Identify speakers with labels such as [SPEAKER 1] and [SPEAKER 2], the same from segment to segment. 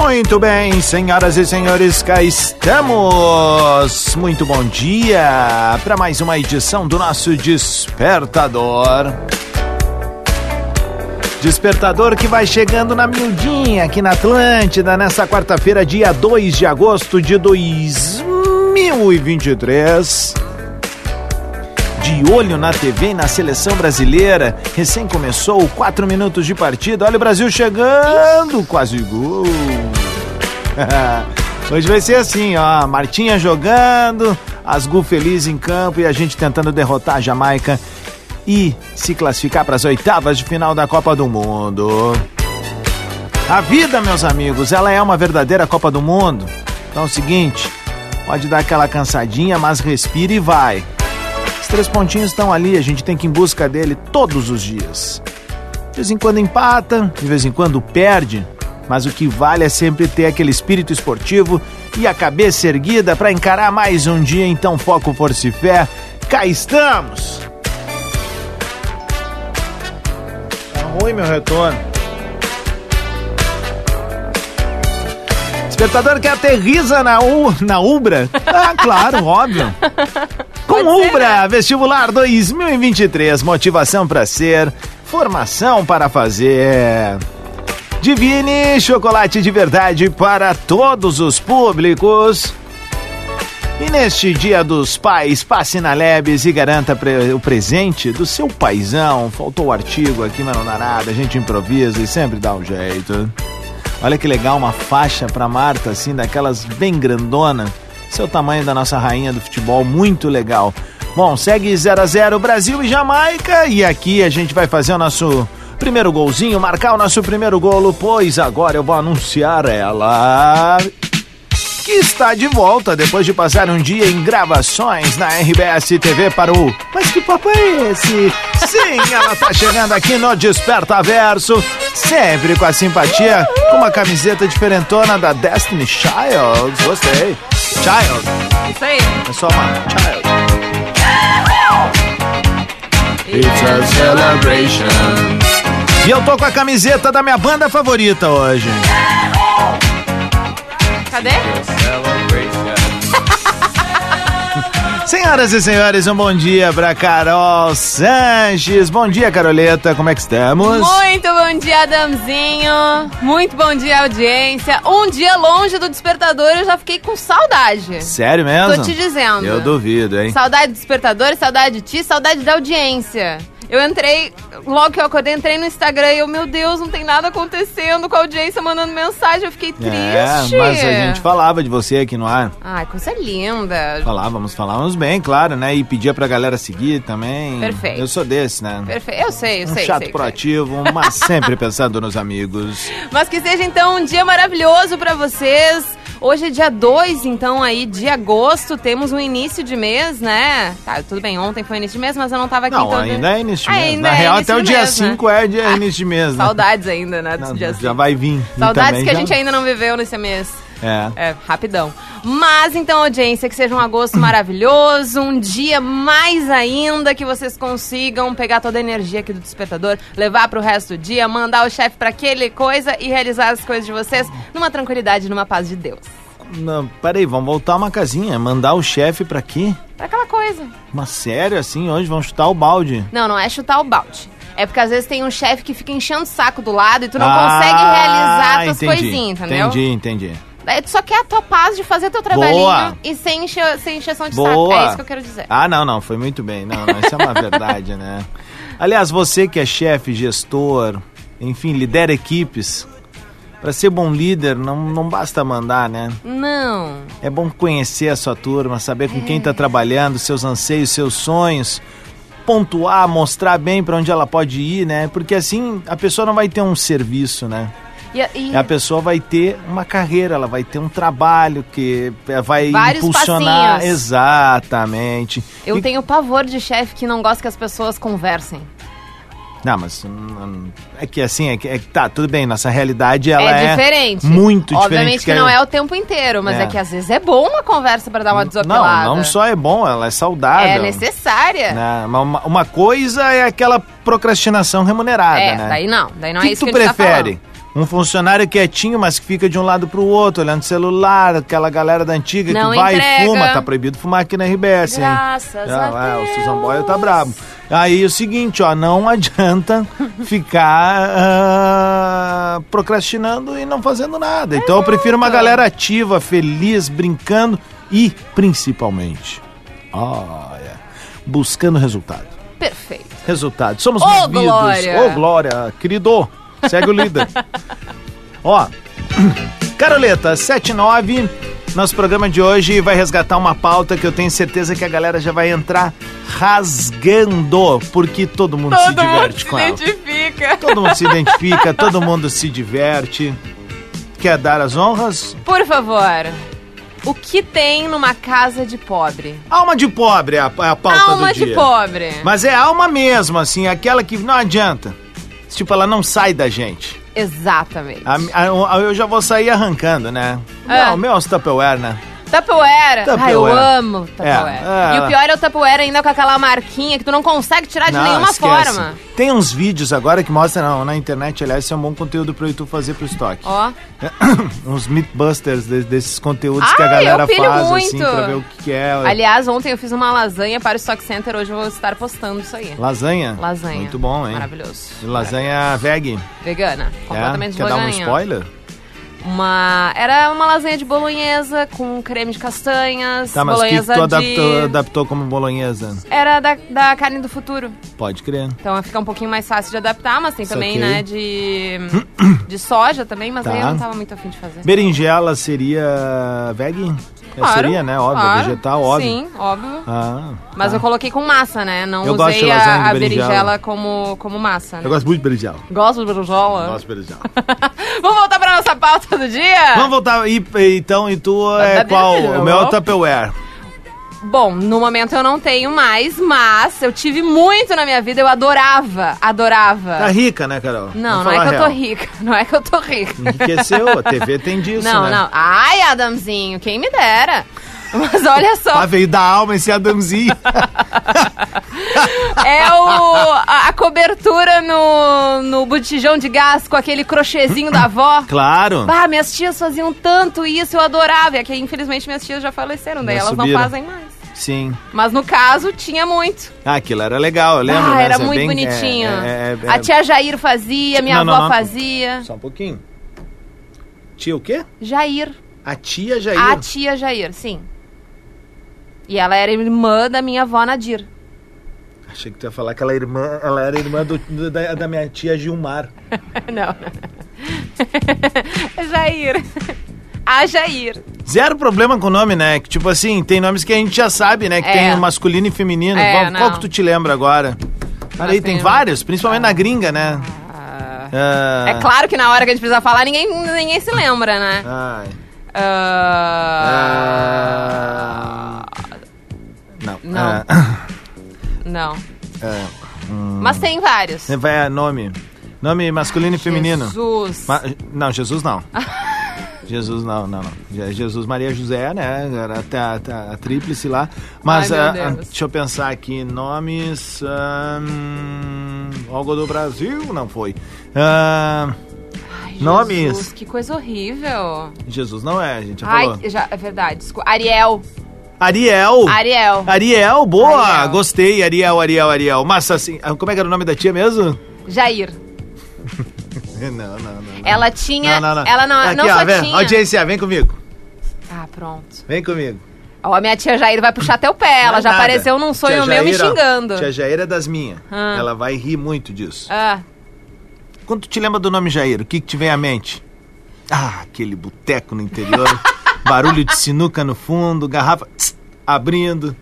[SPEAKER 1] Muito bem, senhoras e senhores, cá estamos! Muito bom dia para mais uma edição do nosso Despertador. Despertador que vai chegando na miudinha aqui na Atlântida nessa quarta-feira, dia 2 de agosto de 2023. De olho na TV e na seleção brasileira, recém começou quatro minutos de partida. Olha o Brasil chegando, quase gol. Hoje vai ser assim, ó, Martinha jogando, as Gu feliz em campo e a gente tentando derrotar a Jamaica e se classificar para as oitavas de final da Copa do Mundo. A vida, meus amigos, ela é uma verdadeira Copa do Mundo. Então é o seguinte, pode dar aquela cansadinha, mas respira e vai. Os três pontinhos estão ali, a gente tem que ir em busca dele todos os dias. De vez em quando empata, de vez em quando perde, mas o que vale é sempre ter aquele espírito esportivo e a cabeça erguida para encarar mais um dia. Então, foco, força e fé. Cá estamos! Tá ruim meu retorno. Despertador que aterriza na, U, na Ubra? Ah, claro, óbvio. Com Ubra, vestibular 2023, motivação para ser, formação para fazer. Divine chocolate de verdade para todos os públicos. E neste Dia dos Pais, passe na Lebes e garanta pre- o presente do seu paizão. Faltou o artigo aqui, mas não dá nada. A gente improvisa e sempre dá um jeito. Olha que legal, uma faixa pra Marta, assim, daquelas bem grandona. Seu tamanho da nossa rainha do futebol, muito legal. Bom, segue 0 a 0 Brasil e Jamaica. E aqui a gente vai fazer o nosso primeiro golzinho, marcar o nosso primeiro golo, pois agora eu vou anunciar ela que está de volta depois de passar um dia em gravações na RBS TV para o Mas que papo é esse? Sim, ela tá chegando aqui no Desperta Verso, sempre com a simpatia, com uma camiseta diferentona da Destiny Child. Gostei. Child,
[SPEAKER 2] Isso aí.
[SPEAKER 1] é só uma Child.
[SPEAKER 2] It's a celebration.
[SPEAKER 1] E eu tô com a camiseta da minha banda favorita hoje.
[SPEAKER 2] Cadê?
[SPEAKER 1] Senhoras e senhores, um bom dia pra Carol Sanches. Bom dia, Caroleta. Como é que estamos?
[SPEAKER 2] Muito bom dia, Adamzinho. Muito bom dia, audiência. Um dia longe do despertador, eu já fiquei com saudade.
[SPEAKER 1] Sério mesmo?
[SPEAKER 2] Tô te dizendo.
[SPEAKER 1] Eu duvido, hein?
[SPEAKER 2] Saudade do despertador, saudade de ti, saudade da audiência. Eu entrei, logo que eu acordei, entrei no Instagram e eu, meu Deus, não tem nada acontecendo com a audiência mandando mensagem. Eu fiquei triste.
[SPEAKER 1] É, mas a gente falava de você aqui no ar.
[SPEAKER 2] Ai, coisa linda.
[SPEAKER 1] Falávamos, falávamos bem, claro, né? E pedia pra galera seguir também.
[SPEAKER 2] Perfeito.
[SPEAKER 1] Eu sou desse, né?
[SPEAKER 2] Perfeito. Eu sei, eu
[SPEAKER 1] Um
[SPEAKER 2] sei.
[SPEAKER 1] chato
[SPEAKER 2] sei, sei.
[SPEAKER 1] proativo, mas sempre pensando nos amigos.
[SPEAKER 2] Mas que seja então um dia maravilhoso pra vocês. Hoje é dia 2, então aí de agosto, temos um início de mês, né? Tá, tudo bem, ontem foi início de mês, mas eu não tava aqui
[SPEAKER 1] Não,
[SPEAKER 2] então.
[SPEAKER 1] ainda é início de mês.
[SPEAKER 2] Ainda
[SPEAKER 1] Na
[SPEAKER 2] é
[SPEAKER 1] real,
[SPEAKER 2] início
[SPEAKER 1] até o
[SPEAKER 2] de
[SPEAKER 1] dia
[SPEAKER 2] mês, né?
[SPEAKER 1] 5 é dia início de mês, né?
[SPEAKER 2] Saudades ainda, né?
[SPEAKER 1] Não,
[SPEAKER 2] Dos dias
[SPEAKER 1] já vai vir. E
[SPEAKER 2] Saudades
[SPEAKER 1] também
[SPEAKER 2] que a
[SPEAKER 1] já-
[SPEAKER 2] gente ainda não viveu nesse mês.
[SPEAKER 1] É.
[SPEAKER 2] É, rapidão. Mas então, audiência, que seja um agosto maravilhoso, um dia mais ainda que vocês consigam pegar toda a energia aqui do despertador, levar pro resto do dia, mandar o chefe pra aquele coisa e realizar as coisas de vocês numa tranquilidade, numa paz de Deus.
[SPEAKER 1] Não, peraí, vamos voltar uma casinha. Mandar o chefe pra quê?
[SPEAKER 2] Pra É aquela coisa.
[SPEAKER 1] Mas sério, assim, hoje vão chutar o balde.
[SPEAKER 2] Não, não é chutar o balde. É porque às vezes tem um chefe que fica enchendo o saco do lado e tu não
[SPEAKER 1] Ah,
[SPEAKER 2] consegue realizar tuas
[SPEAKER 1] entendi,
[SPEAKER 2] coisinhas, entendeu?
[SPEAKER 1] Entendi, entendi.
[SPEAKER 2] Daí tu só quer a tua paz de fazer teu trabalhinho
[SPEAKER 1] Boa.
[SPEAKER 2] e sem, enche, sem encheção de
[SPEAKER 1] Boa.
[SPEAKER 2] saco. É isso que eu quero dizer.
[SPEAKER 1] Ah, não, não, foi muito bem. Não, não, isso é uma verdade, né? Aliás, você que é chefe, gestor, enfim, lidera equipes, Pra ser bom líder, não, não basta mandar, né?
[SPEAKER 2] Não.
[SPEAKER 1] É bom conhecer a sua turma, saber com quem
[SPEAKER 2] É.
[SPEAKER 1] está trabalhando, seus anseios, seus sonhos, pontuar, mostrar bem para onde ela pode ir, né? Porque assim a pessoa não vai ter um serviço, né?
[SPEAKER 2] E, e
[SPEAKER 1] A pessoa vai ter uma carreira, ela vai ter um trabalho que eh, vai
[SPEAKER 2] Vários
[SPEAKER 1] impulsionar.
[SPEAKER 2] passinhos.
[SPEAKER 1] Exatamente.
[SPEAKER 2] eu
[SPEAKER 1] E-
[SPEAKER 2] tenho pavor de chefe que não gosta que as pessoas conversem.
[SPEAKER 1] Não, mas hum, é que assim, é que, é que tá, tudo bem, nossa realidade ela é,
[SPEAKER 2] é diferente.
[SPEAKER 1] muito
[SPEAKER 2] Obviamente
[SPEAKER 1] diferente.
[SPEAKER 2] que não é o tempo inteiro, mas é,
[SPEAKER 1] É.
[SPEAKER 2] que às vezes é bom uma conversa pra dar uma desopilada.
[SPEAKER 1] Não, não só é bom, ela é saudável.
[SPEAKER 2] É necessária.
[SPEAKER 1] né? Uma- Uma, uma coisa é aquela procrastinação remunerada,
[SPEAKER 2] é,
[SPEAKER 1] né?
[SPEAKER 2] daí não. Daí não
[SPEAKER 1] que
[SPEAKER 2] é isso
[SPEAKER 1] tu
[SPEAKER 2] que a gente tá
[SPEAKER 1] prefere?
[SPEAKER 2] falando.
[SPEAKER 1] um funcionário quietinho, mas que fica de um lado pro outro, olhando o celular, aquela galera da antiga
[SPEAKER 2] Não
[SPEAKER 1] que vai
[SPEAKER 2] entrega.
[SPEAKER 1] e fuma. Tá proibido fumar aqui na RBS, hein?
[SPEAKER 2] Graças a
[SPEAKER 1] é,
[SPEAKER 2] Deus.
[SPEAKER 1] O Susan Boyle tá brabo. Aí o seguinte, ó, não adianta ficar ah, procrastinando e não fazendo nada. Então eu prefiro uma galera ativa, feliz, brincando e, principalmente, olha, buscando resultado.
[SPEAKER 2] Perfeito.
[SPEAKER 1] Resultado. Somos
[SPEAKER 2] Ô,
[SPEAKER 1] movidos.
[SPEAKER 2] Glória!
[SPEAKER 1] Ô, Glória, querido. Segue o líder. Ó, Caroleta, 79. Nosso programa de hoje vai resgatar uma pauta que eu tenho certeza que a galera já vai entrar rasgando, porque todo mundo se
[SPEAKER 2] Todo mundo
[SPEAKER 1] diverte
[SPEAKER 2] se
[SPEAKER 1] com ela.
[SPEAKER 2] identifica.
[SPEAKER 1] Todo mundo se identifica, todo mundo se diverte. Quer dar as honras?
[SPEAKER 2] Por favor, o que tem numa casa de pobre?
[SPEAKER 1] Alma de pobre é a, é a pauta
[SPEAKER 2] Alma
[SPEAKER 1] do dia.
[SPEAKER 2] de pobre.
[SPEAKER 1] Mas é alma mesmo, assim, aquela que não adianta. Tipo, ela não sai da gente.
[SPEAKER 2] Exatamente.
[SPEAKER 1] A- a- a- eu já vou sair arrancando, né?
[SPEAKER 2] É.
[SPEAKER 1] Não, o meu é os Tupperware, né?
[SPEAKER 2] Tupperware. Ai, eu
[SPEAKER 1] Tupperware.
[SPEAKER 2] amo Tupperware.
[SPEAKER 1] É, é.
[SPEAKER 2] E o pior é o Tupperware ainda com aquela marquinha que tu não consegue tirar Ah, de
[SPEAKER 1] Não,
[SPEAKER 2] nenhuma
[SPEAKER 1] esquece.
[SPEAKER 2] forma.
[SPEAKER 1] Tem uns vídeos agora que mostram não, na internet, aliás, isso é um bom conteúdo pro YouTube fazer pro estoque.
[SPEAKER 2] Ó,
[SPEAKER 1] Uns Meatbusters de- desses conteúdos que a
[SPEAKER 2] Ai, eu
[SPEAKER 1] galera
[SPEAKER 2] pilho
[SPEAKER 1] faz, assim,
[SPEAKER 2] muito.
[SPEAKER 1] pra ver o que que é.
[SPEAKER 2] aliás, ontem eu fiz uma lasanha para o Stock Center, hoje eu vou estar postando isso aí.
[SPEAKER 1] Lasanha.
[SPEAKER 2] Lasanha.
[SPEAKER 1] Muito bom, hein?
[SPEAKER 2] Maravilhoso. É,
[SPEAKER 1] Lasanha veg. é?
[SPEAKER 2] Vegana. Completamente
[SPEAKER 1] Quer dar um
[SPEAKER 2] veganinha.
[SPEAKER 1] spoiler?
[SPEAKER 2] Uma... Era uma lasanha de bolonhesa com creme de castanhas,
[SPEAKER 1] Tá, mas o que, que
[SPEAKER 2] bolonhesa
[SPEAKER 1] tu
[SPEAKER 2] de...
[SPEAKER 1] adaptou, adaptou como bolonhesa?
[SPEAKER 2] Era da, da carne do futuro.
[SPEAKER 1] Pode crer.
[SPEAKER 2] Então fica um pouquinho mais fácil de adaptar, mas tem também,
[SPEAKER 1] Saquei.
[SPEAKER 2] né, de, de soja também, mas
[SPEAKER 1] Tá.
[SPEAKER 2] aí eu não tava muito afim de fazer.
[SPEAKER 1] Berinjela seria veg?
[SPEAKER 2] Claro,
[SPEAKER 1] seria, né? Óbvio,
[SPEAKER 2] claro.
[SPEAKER 1] vegetal, óbvio.
[SPEAKER 2] Sim, óbvio.
[SPEAKER 1] Ah,
[SPEAKER 2] Mas
[SPEAKER 1] tá.
[SPEAKER 2] eu coloquei com massa, né? Não
[SPEAKER 1] Eu gosto de
[SPEAKER 2] usei
[SPEAKER 1] lasanha
[SPEAKER 2] a,
[SPEAKER 1] de
[SPEAKER 2] a
[SPEAKER 1] berinjela.
[SPEAKER 2] berinjela como, como massa. Né?
[SPEAKER 1] Eu gosto muito de berinjela.
[SPEAKER 2] Gosto de berinjela?
[SPEAKER 1] Gosto de berinjela.
[SPEAKER 2] Vamos voltar pra nossa pauta do dia?
[SPEAKER 1] Vamos voltar. E, e- então, e tu
[SPEAKER 2] Tá
[SPEAKER 1] é
[SPEAKER 2] bem,
[SPEAKER 1] qual?
[SPEAKER 2] né?
[SPEAKER 1] O meu é o Tupperware.
[SPEAKER 2] Bom, no momento eu não tenho mais, mas eu tive muito na minha vida, eu adorava, adorava.
[SPEAKER 1] Tá rica, né, Carol?
[SPEAKER 2] Ah. Não,
[SPEAKER 1] Vamos
[SPEAKER 2] não é
[SPEAKER 1] falar
[SPEAKER 2] que eu tô
[SPEAKER 1] real.
[SPEAKER 2] rica, não é que eu tô rica.
[SPEAKER 1] Enriqueceu, a TV tem disso,
[SPEAKER 2] não,
[SPEAKER 1] né?
[SPEAKER 2] não. Ai, Adamzinho, quem me dera. Mas olha
[SPEAKER 1] Ah,
[SPEAKER 2] só,
[SPEAKER 1] veio da alma esse Adamzinho.
[SPEAKER 2] é o, a, a cobertura no, no botijão de gás com aquele crochêzinho da avó.
[SPEAKER 1] claro.
[SPEAKER 2] Ah, minhas tias faziam tanto isso, eu adorava. É que infelizmente minhas tias já faleceram, daí
[SPEAKER 1] Já
[SPEAKER 2] elas não
[SPEAKER 1] subiram.
[SPEAKER 2] fazem mais.
[SPEAKER 1] Sim.
[SPEAKER 2] Mas no caso, tinha muito.
[SPEAKER 1] Ah, aquilo era legal, eu lembro.
[SPEAKER 2] ah,
[SPEAKER 1] né?
[SPEAKER 2] era
[SPEAKER 1] Isso é
[SPEAKER 2] muito
[SPEAKER 1] bem-
[SPEAKER 2] bonitinho.
[SPEAKER 1] é- é- é- é-
[SPEAKER 2] A tia Jair fazia, minha
[SPEAKER 1] Não, não,
[SPEAKER 2] avó
[SPEAKER 1] não.
[SPEAKER 2] fazia.
[SPEAKER 1] Só um pouquinho. Tia o quê?
[SPEAKER 2] Jair.
[SPEAKER 1] A tia Jair.
[SPEAKER 2] A tia Jair, sim. E ela era irmã da minha avó Nadir.
[SPEAKER 1] Achei que tu ia falar que ela, era irmã, ela era irmã do- do- da, da minha tia Gilmar.
[SPEAKER 2] Não. Jair. A Jair.
[SPEAKER 1] Zero problema com o nome, né? Que, tipo assim, tem nomes que a gente já sabe, né? Que
[SPEAKER 2] É.
[SPEAKER 1] tem o masculino e feminino.
[SPEAKER 2] É,
[SPEAKER 1] qual, qual
[SPEAKER 2] não.
[SPEAKER 1] que tu te lembra agora? Cara, aí tem
[SPEAKER 2] tem-
[SPEAKER 1] vários, principalmente na gringa, né?
[SPEAKER 2] Ah.
[SPEAKER 1] Ah,
[SPEAKER 2] É claro que na hora que a gente precisa falar, ninguém, ninguém se lembra, né?
[SPEAKER 1] ai,
[SPEAKER 2] Ah,
[SPEAKER 1] não.
[SPEAKER 2] Não.
[SPEAKER 1] Ah,
[SPEAKER 2] Não.
[SPEAKER 1] é.
[SPEAKER 2] Mas tem vários.
[SPEAKER 1] Vai é nome. Nome masculino e feminino.
[SPEAKER 2] Jesus.
[SPEAKER 1] Ma- não, Jesus não. Jesus não, não, não. Je- Jesus Maria José, né? Era até a, a- a tríplice lá. Mas
[SPEAKER 2] Ai, meu
[SPEAKER 1] ah,
[SPEAKER 2] Deus.
[SPEAKER 1] ah, deixa eu pensar aqui. Nomes. ah, hum, algo do Brasil, não foi. Ah,
[SPEAKER 2] Ai,
[SPEAKER 1] nomes.
[SPEAKER 2] Jesus, que coisa horrível.
[SPEAKER 1] Jesus não é, a gente já falou. Uh.
[SPEAKER 2] Ai, já, é verdade. Desculpa. Ariel.
[SPEAKER 1] Ariel!
[SPEAKER 2] Ariel.
[SPEAKER 1] Ariel, boa!
[SPEAKER 2] Ariel.
[SPEAKER 1] Gostei, Ariel, Ariel, Ariel. Mas assim, ah, como é que era o nome da tia mesmo?
[SPEAKER 2] Jair.
[SPEAKER 1] Não, não, não. não.
[SPEAKER 2] Ela tinha. Ela não,
[SPEAKER 1] Aqui,
[SPEAKER 2] não
[SPEAKER 1] ó,
[SPEAKER 2] só
[SPEAKER 1] vem,
[SPEAKER 2] tinha.
[SPEAKER 1] Audiência, vem comigo.
[SPEAKER 2] Ah, pronto.
[SPEAKER 1] Vem comigo.
[SPEAKER 2] Ó, a minha tia Jair vai puxar até o pé. Ela
[SPEAKER 1] Não é
[SPEAKER 2] já
[SPEAKER 1] nada.
[SPEAKER 2] apareceu num sonho
[SPEAKER 1] Tia
[SPEAKER 2] meu me
[SPEAKER 1] Jair, ó,
[SPEAKER 2] xingando.
[SPEAKER 1] Tia Jair é das minhas.
[SPEAKER 2] Ah.
[SPEAKER 1] Ela vai rir muito disso.
[SPEAKER 2] Ah,
[SPEAKER 1] Quando tu te lembra do nome Jair, o que, que te vem à mente? Ah, aquele boteco no interior. barulho de sinuca no fundo, garrafa tss, abrindo.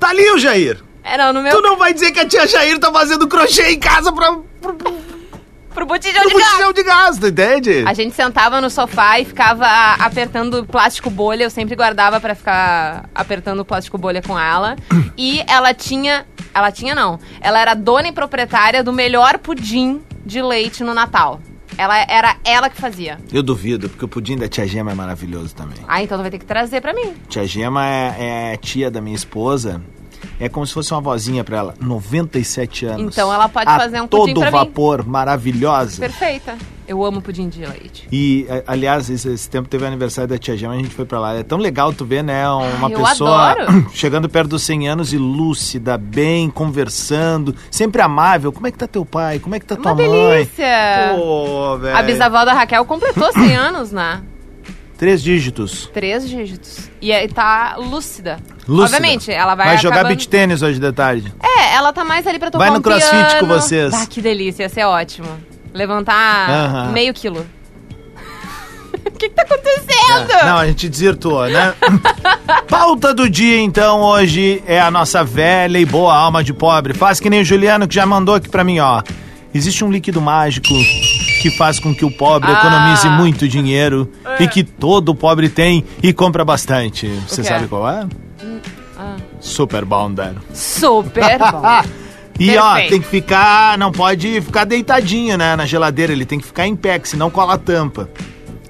[SPEAKER 1] Tá ali o Jair.
[SPEAKER 2] É, não, no meu.
[SPEAKER 1] Tu não vai dizer que a tia Jair tá fazendo crochê em casa pra, pro, pro
[SPEAKER 2] Pro botijão de gás.
[SPEAKER 1] botijão de gás, tu entende?
[SPEAKER 2] A gente sentava no sofá e ficava apertando plástico bolha. Eu sempre guardava pra ficar apertando plástico bolha com ela. E ela tinha. Ela tinha, não. Ela era dona e proprietária do melhor pudim de leite no Natal. Ela era ela que fazia.
[SPEAKER 1] Eu duvido, porque o pudim da tia Gema é maravilhoso também.
[SPEAKER 2] Ah, então tu vai ter que trazer pra mim.
[SPEAKER 1] Tia Gema é, é tia da minha esposa. É como se fosse uma vozinha pra ela. 97 anos.
[SPEAKER 2] Então ela pode
[SPEAKER 1] A
[SPEAKER 2] fazer um
[SPEAKER 1] todo
[SPEAKER 2] pudim pra mim.
[SPEAKER 1] vapor, maravilhosa.
[SPEAKER 2] Perfeita. Eu amo pudim de leite.
[SPEAKER 1] E, a- aliás, esse, esse tempo teve aniversário da tia Gema, a gente foi pra lá. É tão legal tu ver, né? Uma
[SPEAKER 2] eu
[SPEAKER 1] pessoa
[SPEAKER 2] adoro.
[SPEAKER 1] chegando perto dos 100 anos e lúcida, bem, conversando, sempre amável. Como é que tá teu pai? Como é que tá tua
[SPEAKER 2] Uma
[SPEAKER 1] mãe?
[SPEAKER 2] delícia!
[SPEAKER 1] Pô,
[SPEAKER 2] A
[SPEAKER 1] velho.
[SPEAKER 2] bisavó da Raquel completou 100 anos, né?
[SPEAKER 1] Três dígitos.
[SPEAKER 2] Três dígitos. E aí tá lúcida.
[SPEAKER 1] Lúcida.
[SPEAKER 2] Obviamente, ela vai
[SPEAKER 1] jogar
[SPEAKER 2] acabando-
[SPEAKER 1] beach tênis hoje de tarde.
[SPEAKER 2] É, ela tá mais ali pra tocar
[SPEAKER 1] Vai no
[SPEAKER 2] um
[SPEAKER 1] crossfit
[SPEAKER 2] piano.
[SPEAKER 1] com vocês.
[SPEAKER 2] Ah, que delícia, ia ser ótimo. Levantar
[SPEAKER 1] Aham. É,
[SPEAKER 2] meio quilo. O que, que tá acontecendo?
[SPEAKER 1] Não, a gente desvirtuou, né? Pauta do dia, então, hoje é a nossa velha e boa alma de pobre. Faz que nem o Juliano, que já mandou aqui pra mim, ó. Existe um líquido mágico que faz com que o pobre
[SPEAKER 2] Ah. É.
[SPEAKER 1] economize muito dinheiro e que todo pobre tem e compra bastante. Você
[SPEAKER 2] quê? Hum, ah.
[SPEAKER 1] sabe qual é? Super Bonder.
[SPEAKER 2] Super bom.
[SPEAKER 1] E ó,
[SPEAKER 2] Perfeito.
[SPEAKER 1] tem que ficar, não pode ficar deitadinho, né, na geladeira, ele tem que ficar em pé, que senão cola a tampa.